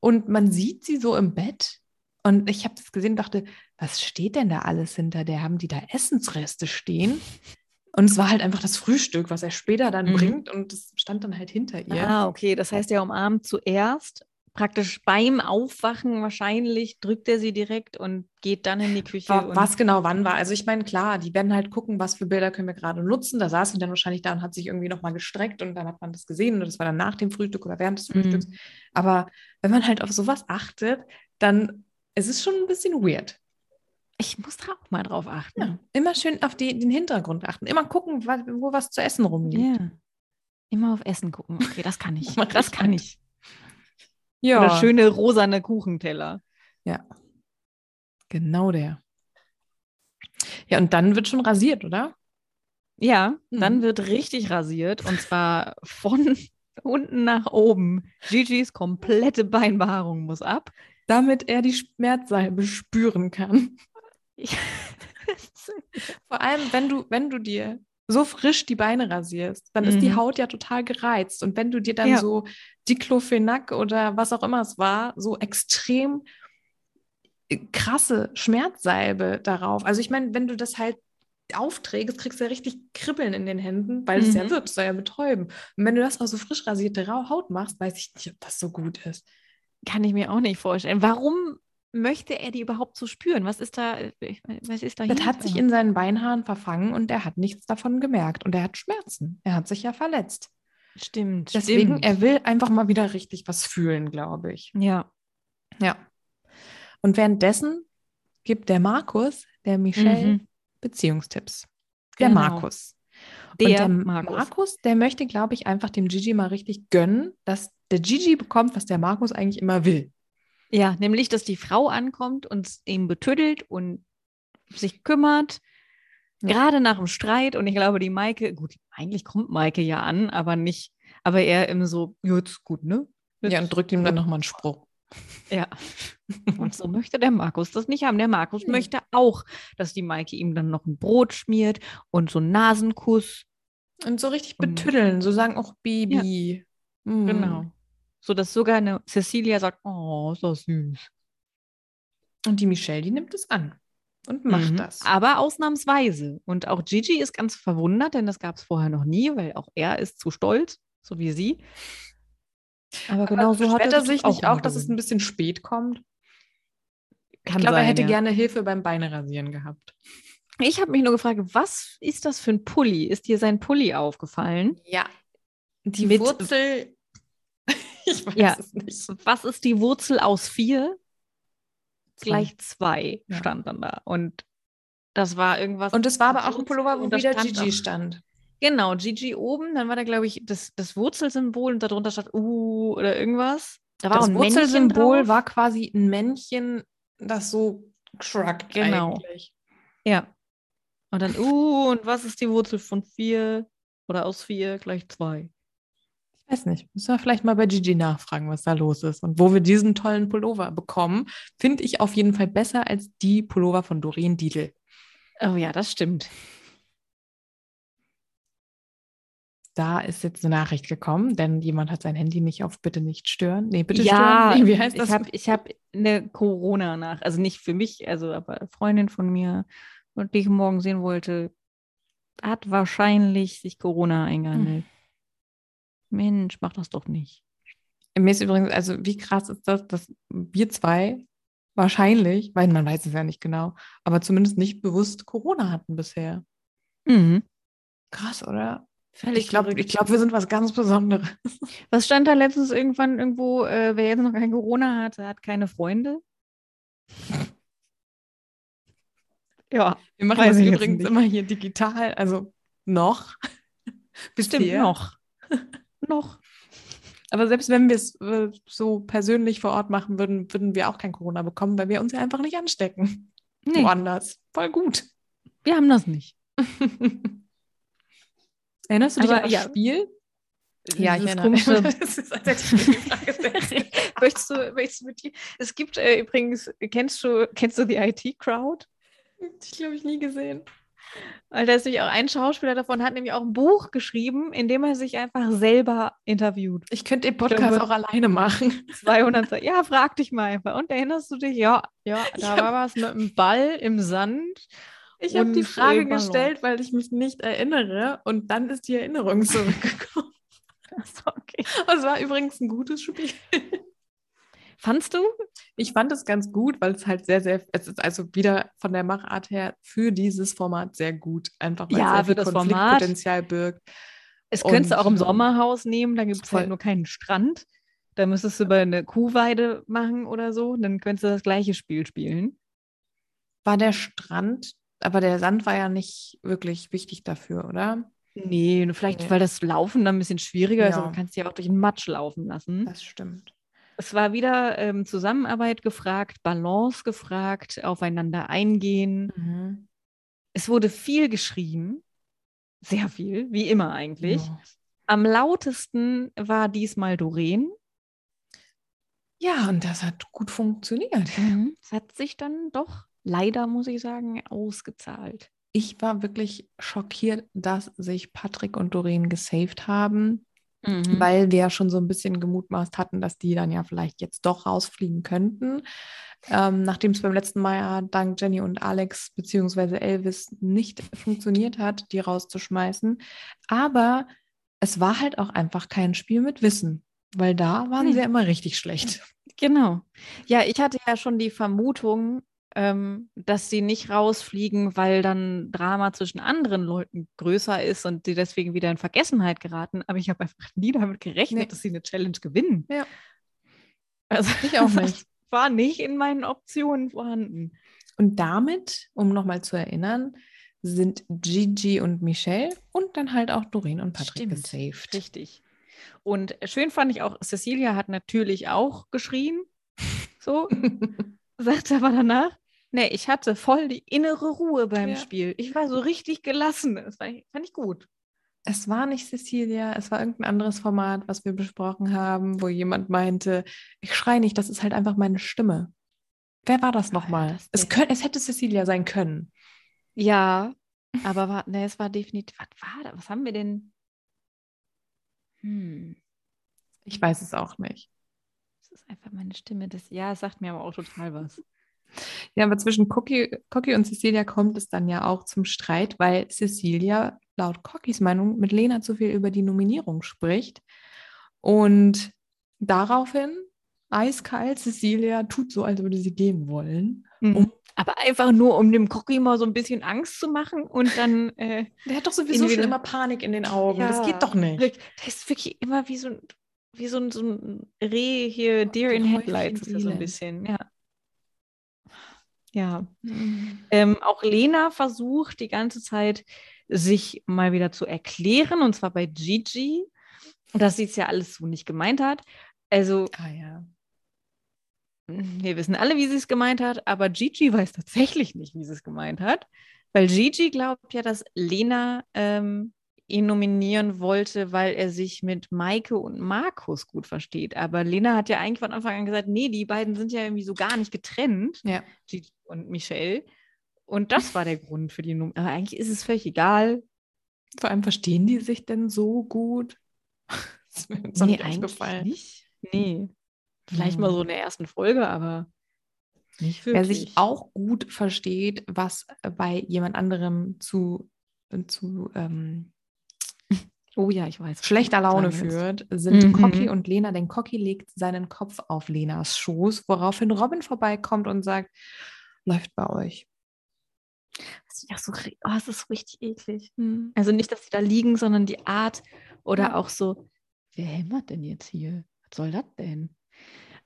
Und man sieht sie so im Bett. Und ich habe das gesehen und dachte, was steht denn da alles hinter der? Haben die da Essensreste stehen? Und es war halt einfach das Frühstück, was er später dann
Mhm.
bringt. Und das stand dann halt hinter ihr.
Ah, okay. Das heißt, er umarmt zuerst. Praktisch beim Aufwachen wahrscheinlich drückt er sie direkt und geht dann in die Küche.
Wa-
und
was genau wann war. Also ich meine, klar, die werden halt gucken, was für Bilder können wir gerade nutzen. Da saß sie dann wahrscheinlich da und hat sich irgendwie nochmal gestreckt und dann hat man das gesehen und das war dann nach dem Frühstück oder während des Frühstücks. Aber wenn man halt auf sowas achtet, dann es ist schon ein bisschen weird.
Ich muss da auch mal drauf achten.
Ja. Immer schön auf die, den Hintergrund achten. Immer gucken, wa- wo was zu essen rumliegt.
Ja. Immer auf Essen gucken. Okay, das kann ich.
Mach ich
Das kann
halt.
ich. Oder schöne rosane Kuchenteller.
genau der. Ja, und dann wird schon rasiert, oder?
Ja,
Mhm.
dann wird richtig rasiert und zwar von unten nach oben. Gigi's komplette Beinbehaarung muss ab.
Damit er die Schmerzsalbe spüren kann.
Ich-
Vor allem, wenn du, wenn du dir so frisch die Beine rasierst, dann ist die
Mhm.
Haut ja total gereizt. Und wenn du dir dann
Ja.
so Diclofenac oder was auch immer es war, so extrem äh, krasse Schmerzsalbe darauf. Also ich meine, wenn du das halt aufträgst, kriegst du ja richtig Kribbeln in den Händen, weil es ja
Mhm.
wirkt, soll ja betäuben. Und wenn du das auf so frisch rasierte Rau- Haut machst, weiß ich nicht, ob das so gut ist.
Kann ich mir auch nicht vorstellen. Warum möchte er die überhaupt so spüren? Was ist da? ich mein, Was ist da?
Das hat sich in seinen Beinhaaren verfangen und er hat nichts davon gemerkt. Und er hat Schmerzen. Er hat sich ja verletzt.
stimmt.
Deswegen,
stimmt.
er will einfach mal wieder richtig was fühlen, glaube ich.
ja.
Ja. Und währenddessen gibt der Markus der Michelle
Mhm.
Beziehungstipps. Der
Genau.
Markus.
Der,
und der Markus.
Markus.
der möchte, glaube ich, einfach dem Gigi mal richtig gönnen, dass der Gigi bekommt, was der Markus eigentlich immer will.
Ja, nämlich, dass die Frau ankommt und ihn betüdelt und sich kümmert.
Ja.
Gerade nach dem Streit. Und ich glaube, die Maike, gut, eigentlich kommt Maike ja an, aber nicht, aber eher im so, "Ja, jetzt gut, ne?
Ja, und drückt ihm dann
Ja.
nochmal einen Spruch.
Ja. Und so möchte der Markus das nicht haben. Der Markus
Nee.
möchte auch, dass die Maike ihm dann noch ein Brot schmiert und so einen Nasenkuss.
Und so richtig
Und-
betüddeln, so sagen auch Baby. Mm.
Genau. So dass sogar eine Cecilia sagt, oh, ist das süß.
Und die Michelle, die nimmt es an und macht
Mhm.
das.
Aber ausnahmsweise. Und auch Gigi ist ganz verwundert, denn das gab es vorher noch nie, weil auch er ist zu stolz, so wie sie. Aber genau so hat
Beschwert
er
er sich nicht auch, dass es ein bisschen spät kommt?
Kann
Ich glaube, er
sein,
hätte
ja.
gerne Hilfe beim Beinrasieren gehabt.
Ich habe mich nur gefragt, was ist das für ein Pulli? Ist dir sein Pulli aufgefallen?
Ja. Die
Mit-
Wurzel. ich weiß
Ja.
es nicht.
Was ist die Wurzel aus vier? Gleich zwei
Ja.
stand dann da. Und das war irgendwas.
Und es war aber auch ein
Wurzel
Pullover, wo
und da
wieder
stand
Gigi
auch-
stand.
genau, Gigi oben, dann war da, glaube ich, das, das Wurzelsymbol und darunter stand U oder irgendwas. Da war auch
das
ein Männchen
Wurzelsymbol
drauf.
war quasi ein Männchen, das so shrugged
Genau.
eigentlich.
Ja. Und dann U und was ist die Wurzel von vier oder aus vier gleich zwei?
Ich weiß nicht. Müssen wir vielleicht mal bei Gigi nachfragen, was da los ist und wo wir diesen tollen Pullover bekommen. Finde ich auf jeden Fall besser als die Pullover von Doreen Diedl.
Oh ja, das stimmt.
Da ist jetzt eine Nachricht gekommen, denn jemand hat sein Handy nicht auf Bitte nicht stören. Nee, bitte
Ja,
stören. Nee, wie heißt
Ich
das?
habe ich hab eine Corona nach, also nicht für mich, also aber eine Freundin von mir, und die ich morgen sehen wollte, hat wahrscheinlich sich Corona eingehandelt. Mensch, mach das doch nicht.
Mir ist übrigens, also wie krass ist das, dass wir zwei wahrscheinlich, weil man weiß es ja nicht genau, aber zumindest nicht bewusst Corona hatten bisher.
Mhm.
Krass, oder? Ich glaube, ich glaub, wir sind was ganz Besonderes.
Was stand da letztens irgendwann irgendwo, äh, wer jetzt noch kein Corona hatte, hat keine Freunde? ja,
Wir machen
Weiß
das
ich jetzt
übrigens
nicht.
immer hier digital, also noch.
stimmt,
Bisher.
noch. noch.
Aber selbst wenn wir es äh, so persönlich vor Ort machen würden, würden wir auch kein Corona bekommen, weil wir uns ja einfach nicht anstecken.
Nee,
Woanders. Voll gut.
wir haben das nicht.
Erinnerst du dich
Aber
an das
ja.
Spiel?
Dieses
komische.
komische-
das ist, als hätte ich mir die Frage gestellt.
möchtest, du, möchtest du mit dir? Es gibt äh, übrigens, kennst du, kennst du die IT-Crowd?
Ich glaube, ich nie gesehen.
Weil da ist nämlich auch ein Schauspieler davon, hat nämlich auch ein Buch geschrieben, in dem er sich einfach selber interviewt.
Ich könnte den Podcast
glaube-
auch alleine machen.
200 Seiten. Ja, frag dich mal einfach. Und erinnerst du dich? Ja, ja, da
Ja.
war was mit dem Ball im Sand.
Ich habe die
Und,
Frage
äh, Ballon.
gestellt, weil ich mich nicht erinnere und dann ist die Erinnerung zurückgekommen.
Achso, okay.
Es war übrigens ein gutes Spiel.
Fandst du?
Ich fand es ganz gut, weil es halt sehr, sehr, es ist also wieder von der Machart her für dieses Format sehr gut. Einfach weil
Ja, für
es sehr viel
das Format.
Konfliktpotenzial birgt.
Es könntest du
Und,
auch im
ähm,
Sommerhaus nehmen, da gibt es
voll.
halt nur keinen Strand. Da müsstest du bei einer Kuhweide machen oder so. Dann könntest du das gleiche Spiel spielen.
War der Strand, aber der Sand war ja nicht wirklich wichtig dafür, oder?
Nee, nur vielleicht,
Nee.
weil das Laufen dann ein bisschen schwieriger ist,
Ja.
aber du kannst dich ja auch durch den Matsch laufen lassen.
Das stimmt.
Es war wieder ähm, Zusammenarbeit gefragt, Balance gefragt, aufeinander eingehen.
Mhm.
Es wurde viel geschrien, sehr viel, wie immer eigentlich.
Ja.
Am lautesten war diesmal Doreen.
ja, und das hat gut funktioniert.
Mhm. Es hat sich dann doch leider, muss ich sagen, ausgezahlt.
ich war wirklich schockiert, dass sich Patrick und Doreen gesaved haben,
Mhm.
weil wir ja schon so ein bisschen gemutmaßt hatten, dass die dann ja vielleicht jetzt doch rausfliegen könnten. Ähm, Nachdem es beim letzten Mal ja dank Jenny und Alex beziehungsweise Elvis nicht funktioniert hat, die rauszuschmeißen. Aber es war halt auch einfach kein Spiel mit Wissen, weil da waren sie
Nee.
ja immer richtig schlecht.
Genau. Ja, ich hatte ja schon die Vermutung, ähm, dass sie nicht rausfliegen, weil dann Drama zwischen anderen Leuten größer ist und sie deswegen wieder in Vergessenheit geraten. Aber ich habe einfach nie damit gerechnet,
Nee.
dass sie eine Challenge gewinnen.
Ja.
Also
Ich auch
das
nicht.
War nicht in meinen Optionen vorhanden.
Und damit, um nochmal zu erinnern, sind Gigi und Michelle und dann halt auch Doreen und Patrick
Stimmt.
gesaved.
Richtig. Und schön fand ich auch, Cecilia hat natürlich auch geschrien. So, sagt aber danach, nee, ich hatte voll die innere Ruhe beim
Ja.
Spiel. Ich war so richtig gelassen. Das fand ich, fand ich gut.
Es war nicht Cecilia, es war irgendein anderes Format, was wir besprochen haben, wo jemand meinte, ich schreie nicht, das ist halt einfach meine Stimme. Wer war das
Wer war
nochmal?
das
Es,
denn?
könnt- es hätte Cecilia sein können.
Ja, aber war, nee, es war definitiv, was war da? Was haben wir denn? Hm,
Ich weiß es auch nicht.
das ist einfach meine Stimme. Das, ja, es sagt mir aber auch total was.
Ja, aber zwischen Cookie, Cookie und Cecilia kommt es dann ja auch zum Streit, weil Cecilia laut Cookies Meinung mit Lena zu viel über die Nominierung spricht. Und daraufhin, eiskalt, Cecilia tut so, als würde sie gehen wollen.
Um, aber einfach nur, um dem Cookie mal so ein bisschen Angst zu machen und dann äh,
Der hat doch
sowieso schon immer
Panik in den
Augen.
Augen.
Das geht doch
nicht.
Rick, der ist wirklich immer wie so ein, wie so ein, so ein Reh hier, Deer in
Häufchen
Headlights ist er so ein
Elend.
bisschen, Oh, ja. Ja. Ähm, auch Lena versucht die ganze Zeit, sich mal wieder zu erklären, und zwar bei Gigi, dass sie es ja alles so nicht gemeint hat. Also,
Ah ja.
wir wissen alle, wie sie es gemeint hat, aber Gigi weiß tatsächlich nicht, wie sie es gemeint hat, weil Gigi glaubt ja, dass Lena ähm, ihn nominieren wollte, weil er sich mit Maike und Markus gut versteht. Aber Lena hat ja eigentlich von Anfang an gesagt, nee, die beiden sind ja irgendwie so gar nicht getrennt,
Ja.
Gigi und Michelle. Und das war der Grund für die Nominierung. Aber eigentlich ist es völlig egal.
Vor allem verstehen die sich denn so gut? Das ist mir jetzt noch nicht aufgefallen.
nicht. Nee, vielleicht
Hm.
mal so in der ersten Folge, aber nicht wirklich.
Wer sich auch gut versteht, was äh, bei jemand anderem zu, äh, zu ähm,
oh ja, ich weiß.
schlechter Laune
Sagen wir
führt, sind
Mhm.
Cocky und Lena, denn Cocky legt seinen Kopf auf Lenas Schoß, woraufhin Robin vorbeikommt und sagt, läuft bei euch.
Das ist ja so, ri- oh, es ist richtig eklig. Also nicht, dass sie da liegen, sondern die Art oder
Ja.
auch so, wer hämmert denn jetzt hier? Was soll das denn?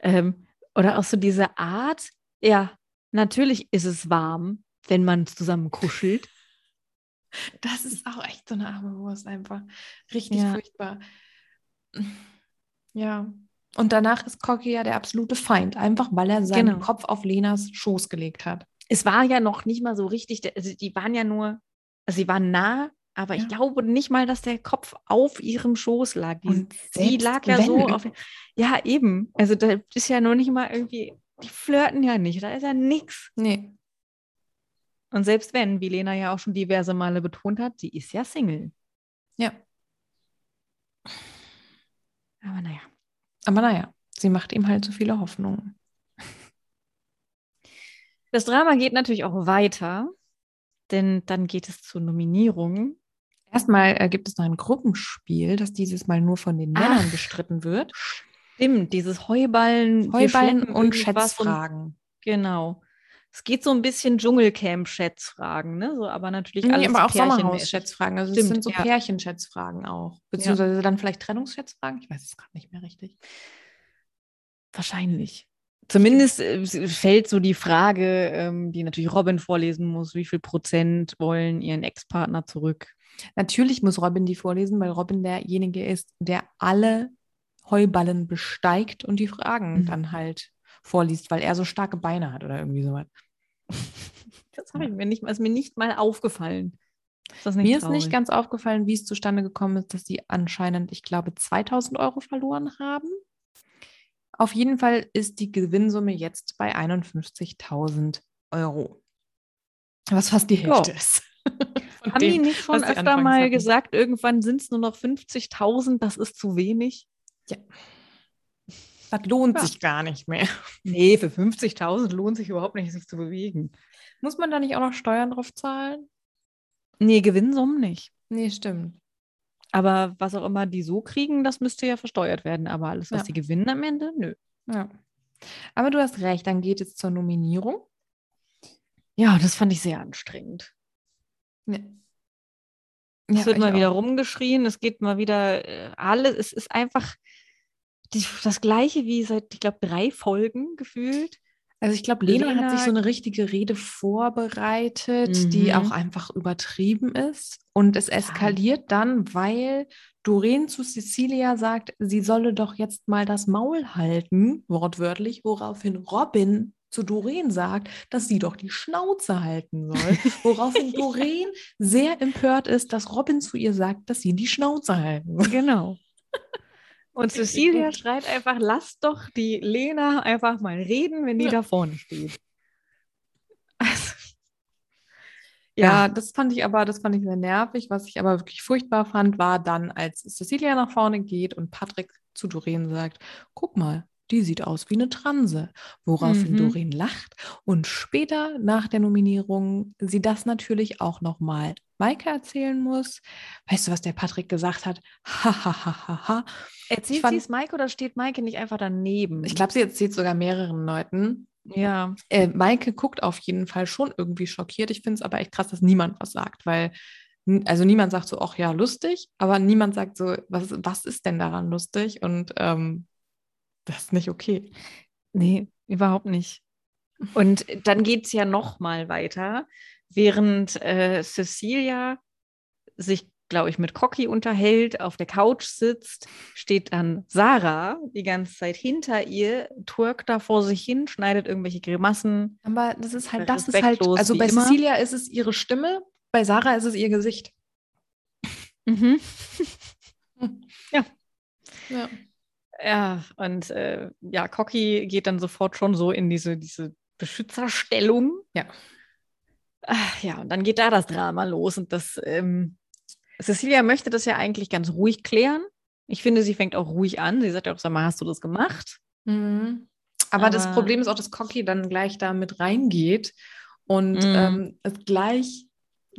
Ähm, oder auch so diese Art, ja, natürlich ist es warm, wenn man zusammen kuschelt.
Das ist auch echt so eine arme Wurst einfach. Richtig
Ja.
furchtbar. Ja. Und danach ist Cocky ja der absolute Feind, einfach weil er seinen
Genau.
Kopf auf Lenas Schoß gelegt hat.
Es war ja noch nicht mal so richtig, der- also die waren ja nur, also sie waren nah, aber ich
Ja.
glaube nicht mal, dass der Kopf auf ihrem Schoß lag. Die
Und
Sie
selbst
lag ja
wenn-
so auf. Ja, eben. Also da ist ja noch nicht mal irgendwie, die flirten ja nicht, da ist ja nix.
Nee.
Und selbst wenn, wie Lena ja auch schon diverse Male betont hat, sie ist ja Single.
Ja.
Aber naja.
Aber naja, sie macht ihm halt so viele Hoffnungen.
Das Drama geht natürlich auch weiter, denn dann geht es zur Nominierung.
Erstmal äh, gibt es noch ein Gruppenspiel, das dieses Mal nur von den
Ach.
Männern bestritten wird.
Stimmt, dieses Heuballen, wir
Heuballen
schleppen
und
irgendwas
Schätzfragen.
genau. Es geht so ein bisschen Dschungelcamp-Schätzfragen, ne? So, aber natürlich
Nee,
alles
aber auch
pärchenmäßig.
Sommerhaus-Schätzfragen. Also es
Stimmt,
sind so
ja.
Pärchenschätzfragen auch. Beziehungsweise dann vielleicht Trennungsschätzfragen. Ich weiß es gerade nicht mehr richtig.
Wahrscheinlich. Zumindest äh, s- fällt so die Frage, ähm, die natürlich Robin vorlesen muss, wie viel Prozent wollen ihren Ex-Partner zurück?
Natürlich muss Robin die vorlesen, weil Robin derjenige ist, der alle Heuballen besteigt und die Fragen
Mhm.
dann halt vorliest, weil er so starke Beine hat oder irgendwie sowas.
Das habe ich mir nicht, mal- ist mir nicht mal aufgefallen. Ist das nicht
Mir ist
traurig?
nicht ganz aufgefallen, wie es zustande gekommen ist, dass sie anscheinend, ich glaube, 2000 Euro verloren haben. Auf jeden Fall ist die Gewinnsumme jetzt bei 51.000 Euro. Was fast die
Ja.
Hälfte ist. Von
Haben
dem,
die nicht schon
was sie
öfter
anfangs
mal
hatten.
gesagt, irgendwann sind es nur noch 50.000, das ist zu wenig?
Das lohnt
Ja.
sich gar nicht mehr.
Nee, für 50.000 lohnt sich überhaupt nicht, sich zu bewegen.
Muss man da nicht auch noch Steuern drauf zahlen?
Nee, Gewinnsummen nicht.
Nee, stimmt.
Aber was auch immer die so kriegen, das müsste ja versteuert werden. Aber alles, was
Ja.
die gewinnen am Ende, nö.
Ja. Aber du hast recht, dann geht es zur Nominierung.
Ja, das fand ich sehr anstrengend.
Ja.
Es
Ja,
wird
ich
mal
auch.
wieder rumgeschrien, es geht mal wieder äh, alles. Es ist einfach die, das Gleiche wie seit, ich glaube, drei Folgen gefühlt.
Also ich glaube, Lena, hat sich
Lena-
so eine richtige Rede vorbereitet, die
Mhm.
auch einfach übertrieben ist. Und es eskaliert dann, weil Doreen zu Cecilia sagt, sie solle doch jetzt mal das Maul halten, wortwörtlich, woraufhin Robin zu Doreen sagt, dass sie doch die Schnauze halten soll, woraufhin Doreen sehr empört ist, dass Robin zu ihr sagt, dass sie die Schnauze halten soll.
Genau. Und
Richtig
Cecilia
gut.
schreit einfach, lass doch die Lena einfach mal reden, wenn die
Ja.
da vorne steht. Also,
Ja,
ja,
das fand ich aber, das fand ich sehr nervig. Was ich aber wirklich furchtbar fand, war dann, als Cecilia nach vorne geht und Patrick zu Doreen sagt, guck mal, die sieht aus wie eine Transe. Woraufhin
Mhm.
Doreen lacht und später nach der Nominierung sie das natürlich auch nochmal Maike erzählen muss. Weißt du, was der Patrick gesagt hat? Ha, ha, ha, ha, ha.
erzählt
fand-
sie es Maike oder steht Maike nicht einfach daneben?
Ich glaube, sie erzählt sogar mehreren Leuten.
ja.
äh, Maike guckt auf jeden Fall schon irgendwie schockiert. Ich finde es aber echt krass, dass niemand was sagt, weil n- also niemand sagt so, ach ja, lustig, aber niemand sagt so, was, was ist denn daran lustig? Und ähm, das ist nicht okay.
Nee, überhaupt nicht. Und dann geht es ja noch mal weiter, während äh, Cecilia sich, glaube ich, mit Cocky unterhält, auf der Couch sitzt, steht dann Sarah die ganze Zeit hinter ihr, twerkt da vor sich hin, schneidet irgendwelche Grimassen.
Aber das ist halt, das ist halt,
Respektlos
also
wie
bei
immer.
Cecilia ist es ihre Stimme, bei Sarah ist es ihr Gesicht. Ja.
Ja, und äh, ja, Cocky geht dann sofort schon so in diese, diese Beschützerstellung.
Ja.
Ach, ja, und dann geht da das Drama los. Und das, ähm, Cecilia möchte das ja eigentlich ganz ruhig klären. Ich finde, sie fängt auch ruhig an. Sie sagt ja auch, sag mal, hast du das gemacht?
Mhm. Aber, das
Aber-
Problem ist auch, dass Cocky dann gleich da mit reingeht und
Mhm.
ähm, es gleich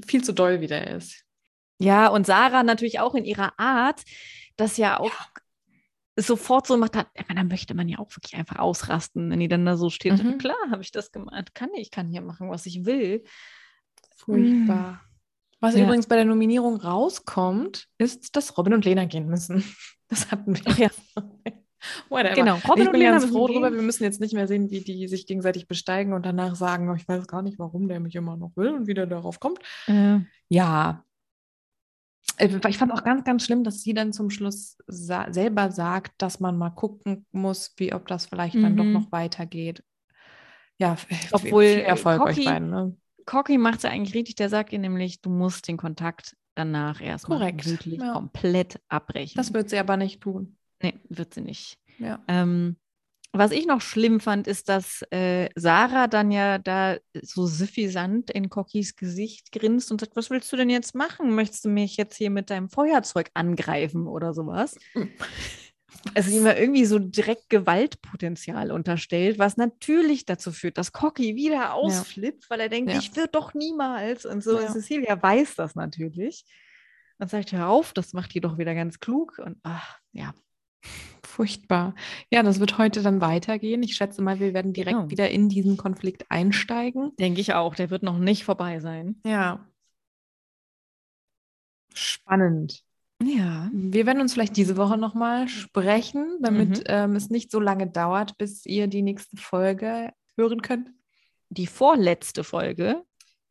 viel zu doll wieder ist.
Ja, und Sarah natürlich auch in ihrer Art, das ja auch sofort so macht, hat, aber dann möchte man ja auch wirklich einfach ausrasten, wenn die dann da so steht.
Mhm.
Klar, habe ich das gemacht. Kann ich, kann hier machen, was ich will.
Furchtbar. Was
Mhm. Ja.
übrigens bei der Nominierung rauskommt, ist, dass Robin und Lena gehen müssen. Das hatten wir.
Ach ja.
Whatever.
Genau,
Robin
Robin
ich
und
bin
Lena
ganz
müssen
froh
gehen.
drüber. Wir müssen jetzt nicht mehr sehen, wie die sich gegenseitig besteigen und danach sagen, "Oh, ich weiß gar nicht, warum der mich immer noch will und wieder darauf kommt.
Äh,
Ja. Äh, Ich fand auch ganz, ganz schlimm, dass sie dann zum Schluss sa selber sagt, dass man mal gucken muss, wie ob das vielleicht dann doch
Mhm.
noch weitergeht. Ja, f-
Obwohl,
viel Erfolg
Cocky-
euch beiden. Ne?
Cocky macht es ja eigentlich richtig, der sagt ihr nämlich, du musst den Kontakt danach erstmal
Korrekt,
wirklich
ja.
komplett abbrechen.
Das wird sie aber nicht tun.
nee, wird sie nicht.
Ja.
Ähm, was ich noch schlimm fand, ist, dass äh, Sarah dann ja da so süffisant in Cockys Gesicht grinst und sagt, was willst du denn jetzt machen? Möchtest du mich jetzt hier mit deinem Feuerzeug angreifen oder sowas? Also ihm ja irgendwie so direkt Gewaltpotenzial unterstellt, was natürlich dazu führt, dass Cocky wieder ausflippt, weil er denkt,
Ja.
ich würde doch niemals. Und so
Ja.
Cecilia weiß das natürlich und sagt, hör auf, das macht die doch wieder ganz klug. Und ach, ja,
Furchtbar. Ja, das wird heute dann weitergehen. Ich schätze mal, wir werden direkt
Genau.
wieder in diesen Konflikt einsteigen.
denke ich auch, der wird noch nicht vorbei sein.
Ja. Spannend.
Ja,
Wir werden uns vielleicht diese Woche nochmal sprechen, damit
Mhm.
ähm, es nicht so lange dauert, bis ihr die nächste Folge hören könnt.
die vorletzte Folge,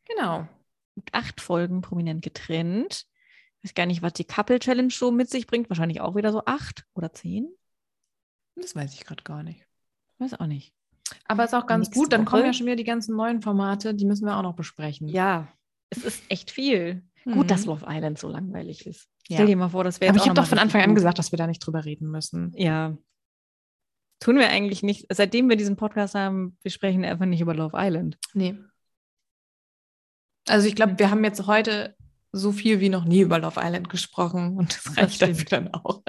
Genau.
mit acht Folgen prominent getrennt. Ich weiß gar nicht, was die Couple Challenge so mit sich bringt. Wahrscheinlich auch wieder so acht oder zehn.
Das weiß ich gerade gar nicht.
Weiß auch nicht.
Aber ist auch ganz
Nächste
gut. Dann kommen
Woche.
ja schon wieder die ganzen neuen Formate, die müssen wir auch noch besprechen.
Ja, es ist echt viel.
Mhm.
Gut, dass Love Island so langweilig ist.
Ja.
Stell dir mal vor, das wäre jetzt
Aber ich
auch
habe doch
noch
von
mal
Anfang an
richtig
gesagt, dass wir da nicht drüber reden müssen.
gut. Ja. Tun wir eigentlich nicht. Seitdem wir diesen Podcast haben, wir sprechen einfach nicht über Love Island.
Nee. Also ich glaube, wir haben jetzt heute so viel wie noch nie über Love Island gesprochen und das reicht dafür dann auch.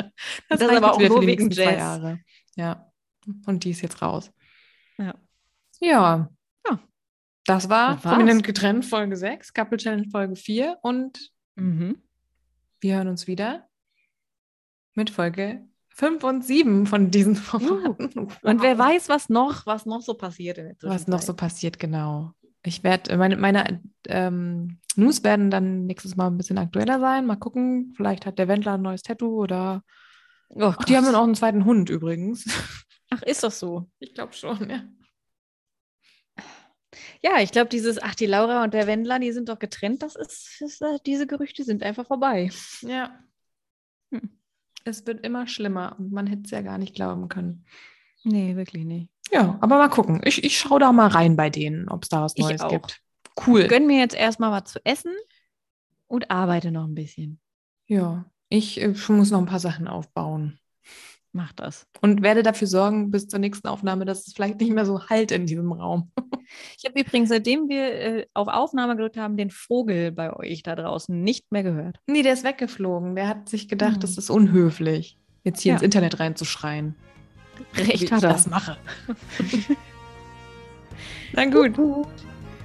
Das
reicht
aber
jetzt
auch
wieder für
nur
die
wegen
nächsten zwei
Jazz.
Jahre. Ja. Und die ist jetzt raus.
Ja.
Ja.
Ja.
Das war
Das war's.
prominent getrennt Folge 6, Couple Challenge Folge 4 und
Mhm.
wir hören uns wieder mit Folge 5 und 7 von diesen Formaten.
Und wer weiß, was noch, was noch so passiert in der
was noch so
Zwischenzeit.
passiert, genau. Ich werde, meine, meine ähm, News werden dann nächstes Mal ein bisschen aktueller sein. Mal gucken, vielleicht hat der Wendler ein neues Tattoo oder.
Oh
Ach, die haben
Gott.
dann auch einen zweiten Hund übrigens.
Ach, ist doch so.
Ich glaube schon, ja.
Ja, ich glaube, dieses, ach, die Laura und der Wendler, die sind doch getrennt, das ist, ist äh, diese Gerüchte sind einfach vorbei.
Ja.
Hm.
Es wird immer schlimmer und man hätte es ja gar nicht glauben können.
Nee, wirklich nicht.
Ja, aber mal gucken. Ich, ich schaue da mal rein bei denen, ob es da was
Ich
Neues
auch.
gibt. Cool.
Gönn mir jetzt erstmal was zu essen und arbeite noch ein bisschen.
ja, ich äh, muss noch ein paar Sachen aufbauen.
Mach das.
Und werde dafür sorgen, bis zur nächsten Aufnahme, dass es vielleicht nicht mehr so halt in diesem Raum.
Ich habe übrigens, seitdem wir äh, auf Aufnahme gedrückt haben, den Vogel bei euch da draußen nicht mehr gehört.
Nee, der ist weggeflogen. Der hat sich gedacht,
Mhm.
das ist unhöflich, jetzt hier
Ja.
ins Internet reinzuschreien. wie
Recht
ich
hat er.
das mache. Na gut,
Dann,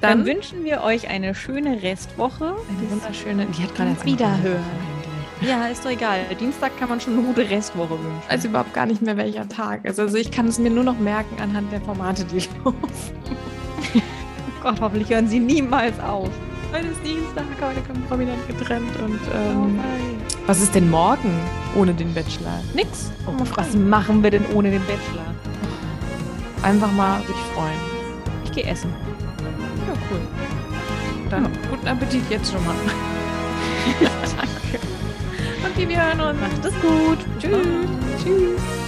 dann,
wünschen wir euch eine schöne Restwoche.
eine
Bis-
wunderschöne, die hat gerade jetzt
Wiederhören.
angefangen.
Ja, ist doch egal. Dienstag kann man schon eine gute Restwoche wünschen.
weiß überhaupt gar nicht mehr, welcher Tag ist. Also ich kann es mir nur noch merken anhand der Formate, die laufen.
Gott, hoffentlich hören sie niemals auf.
Heute ist Dienstag, heute kommt prominent getrennt und ähm,
Ähm,
was ist denn morgen ohne den Bachelor?
Nix.
Oh,
was
frei.
machen wir denn ohne den Bachelor?
Einfach mal sich freuen.
Ich gehe essen.
Ja, cool. Dann guten Appetit jetzt schon mal. Danke. Okay, wir hören uns.
Macht es gut. Tschüss.
Tschüss.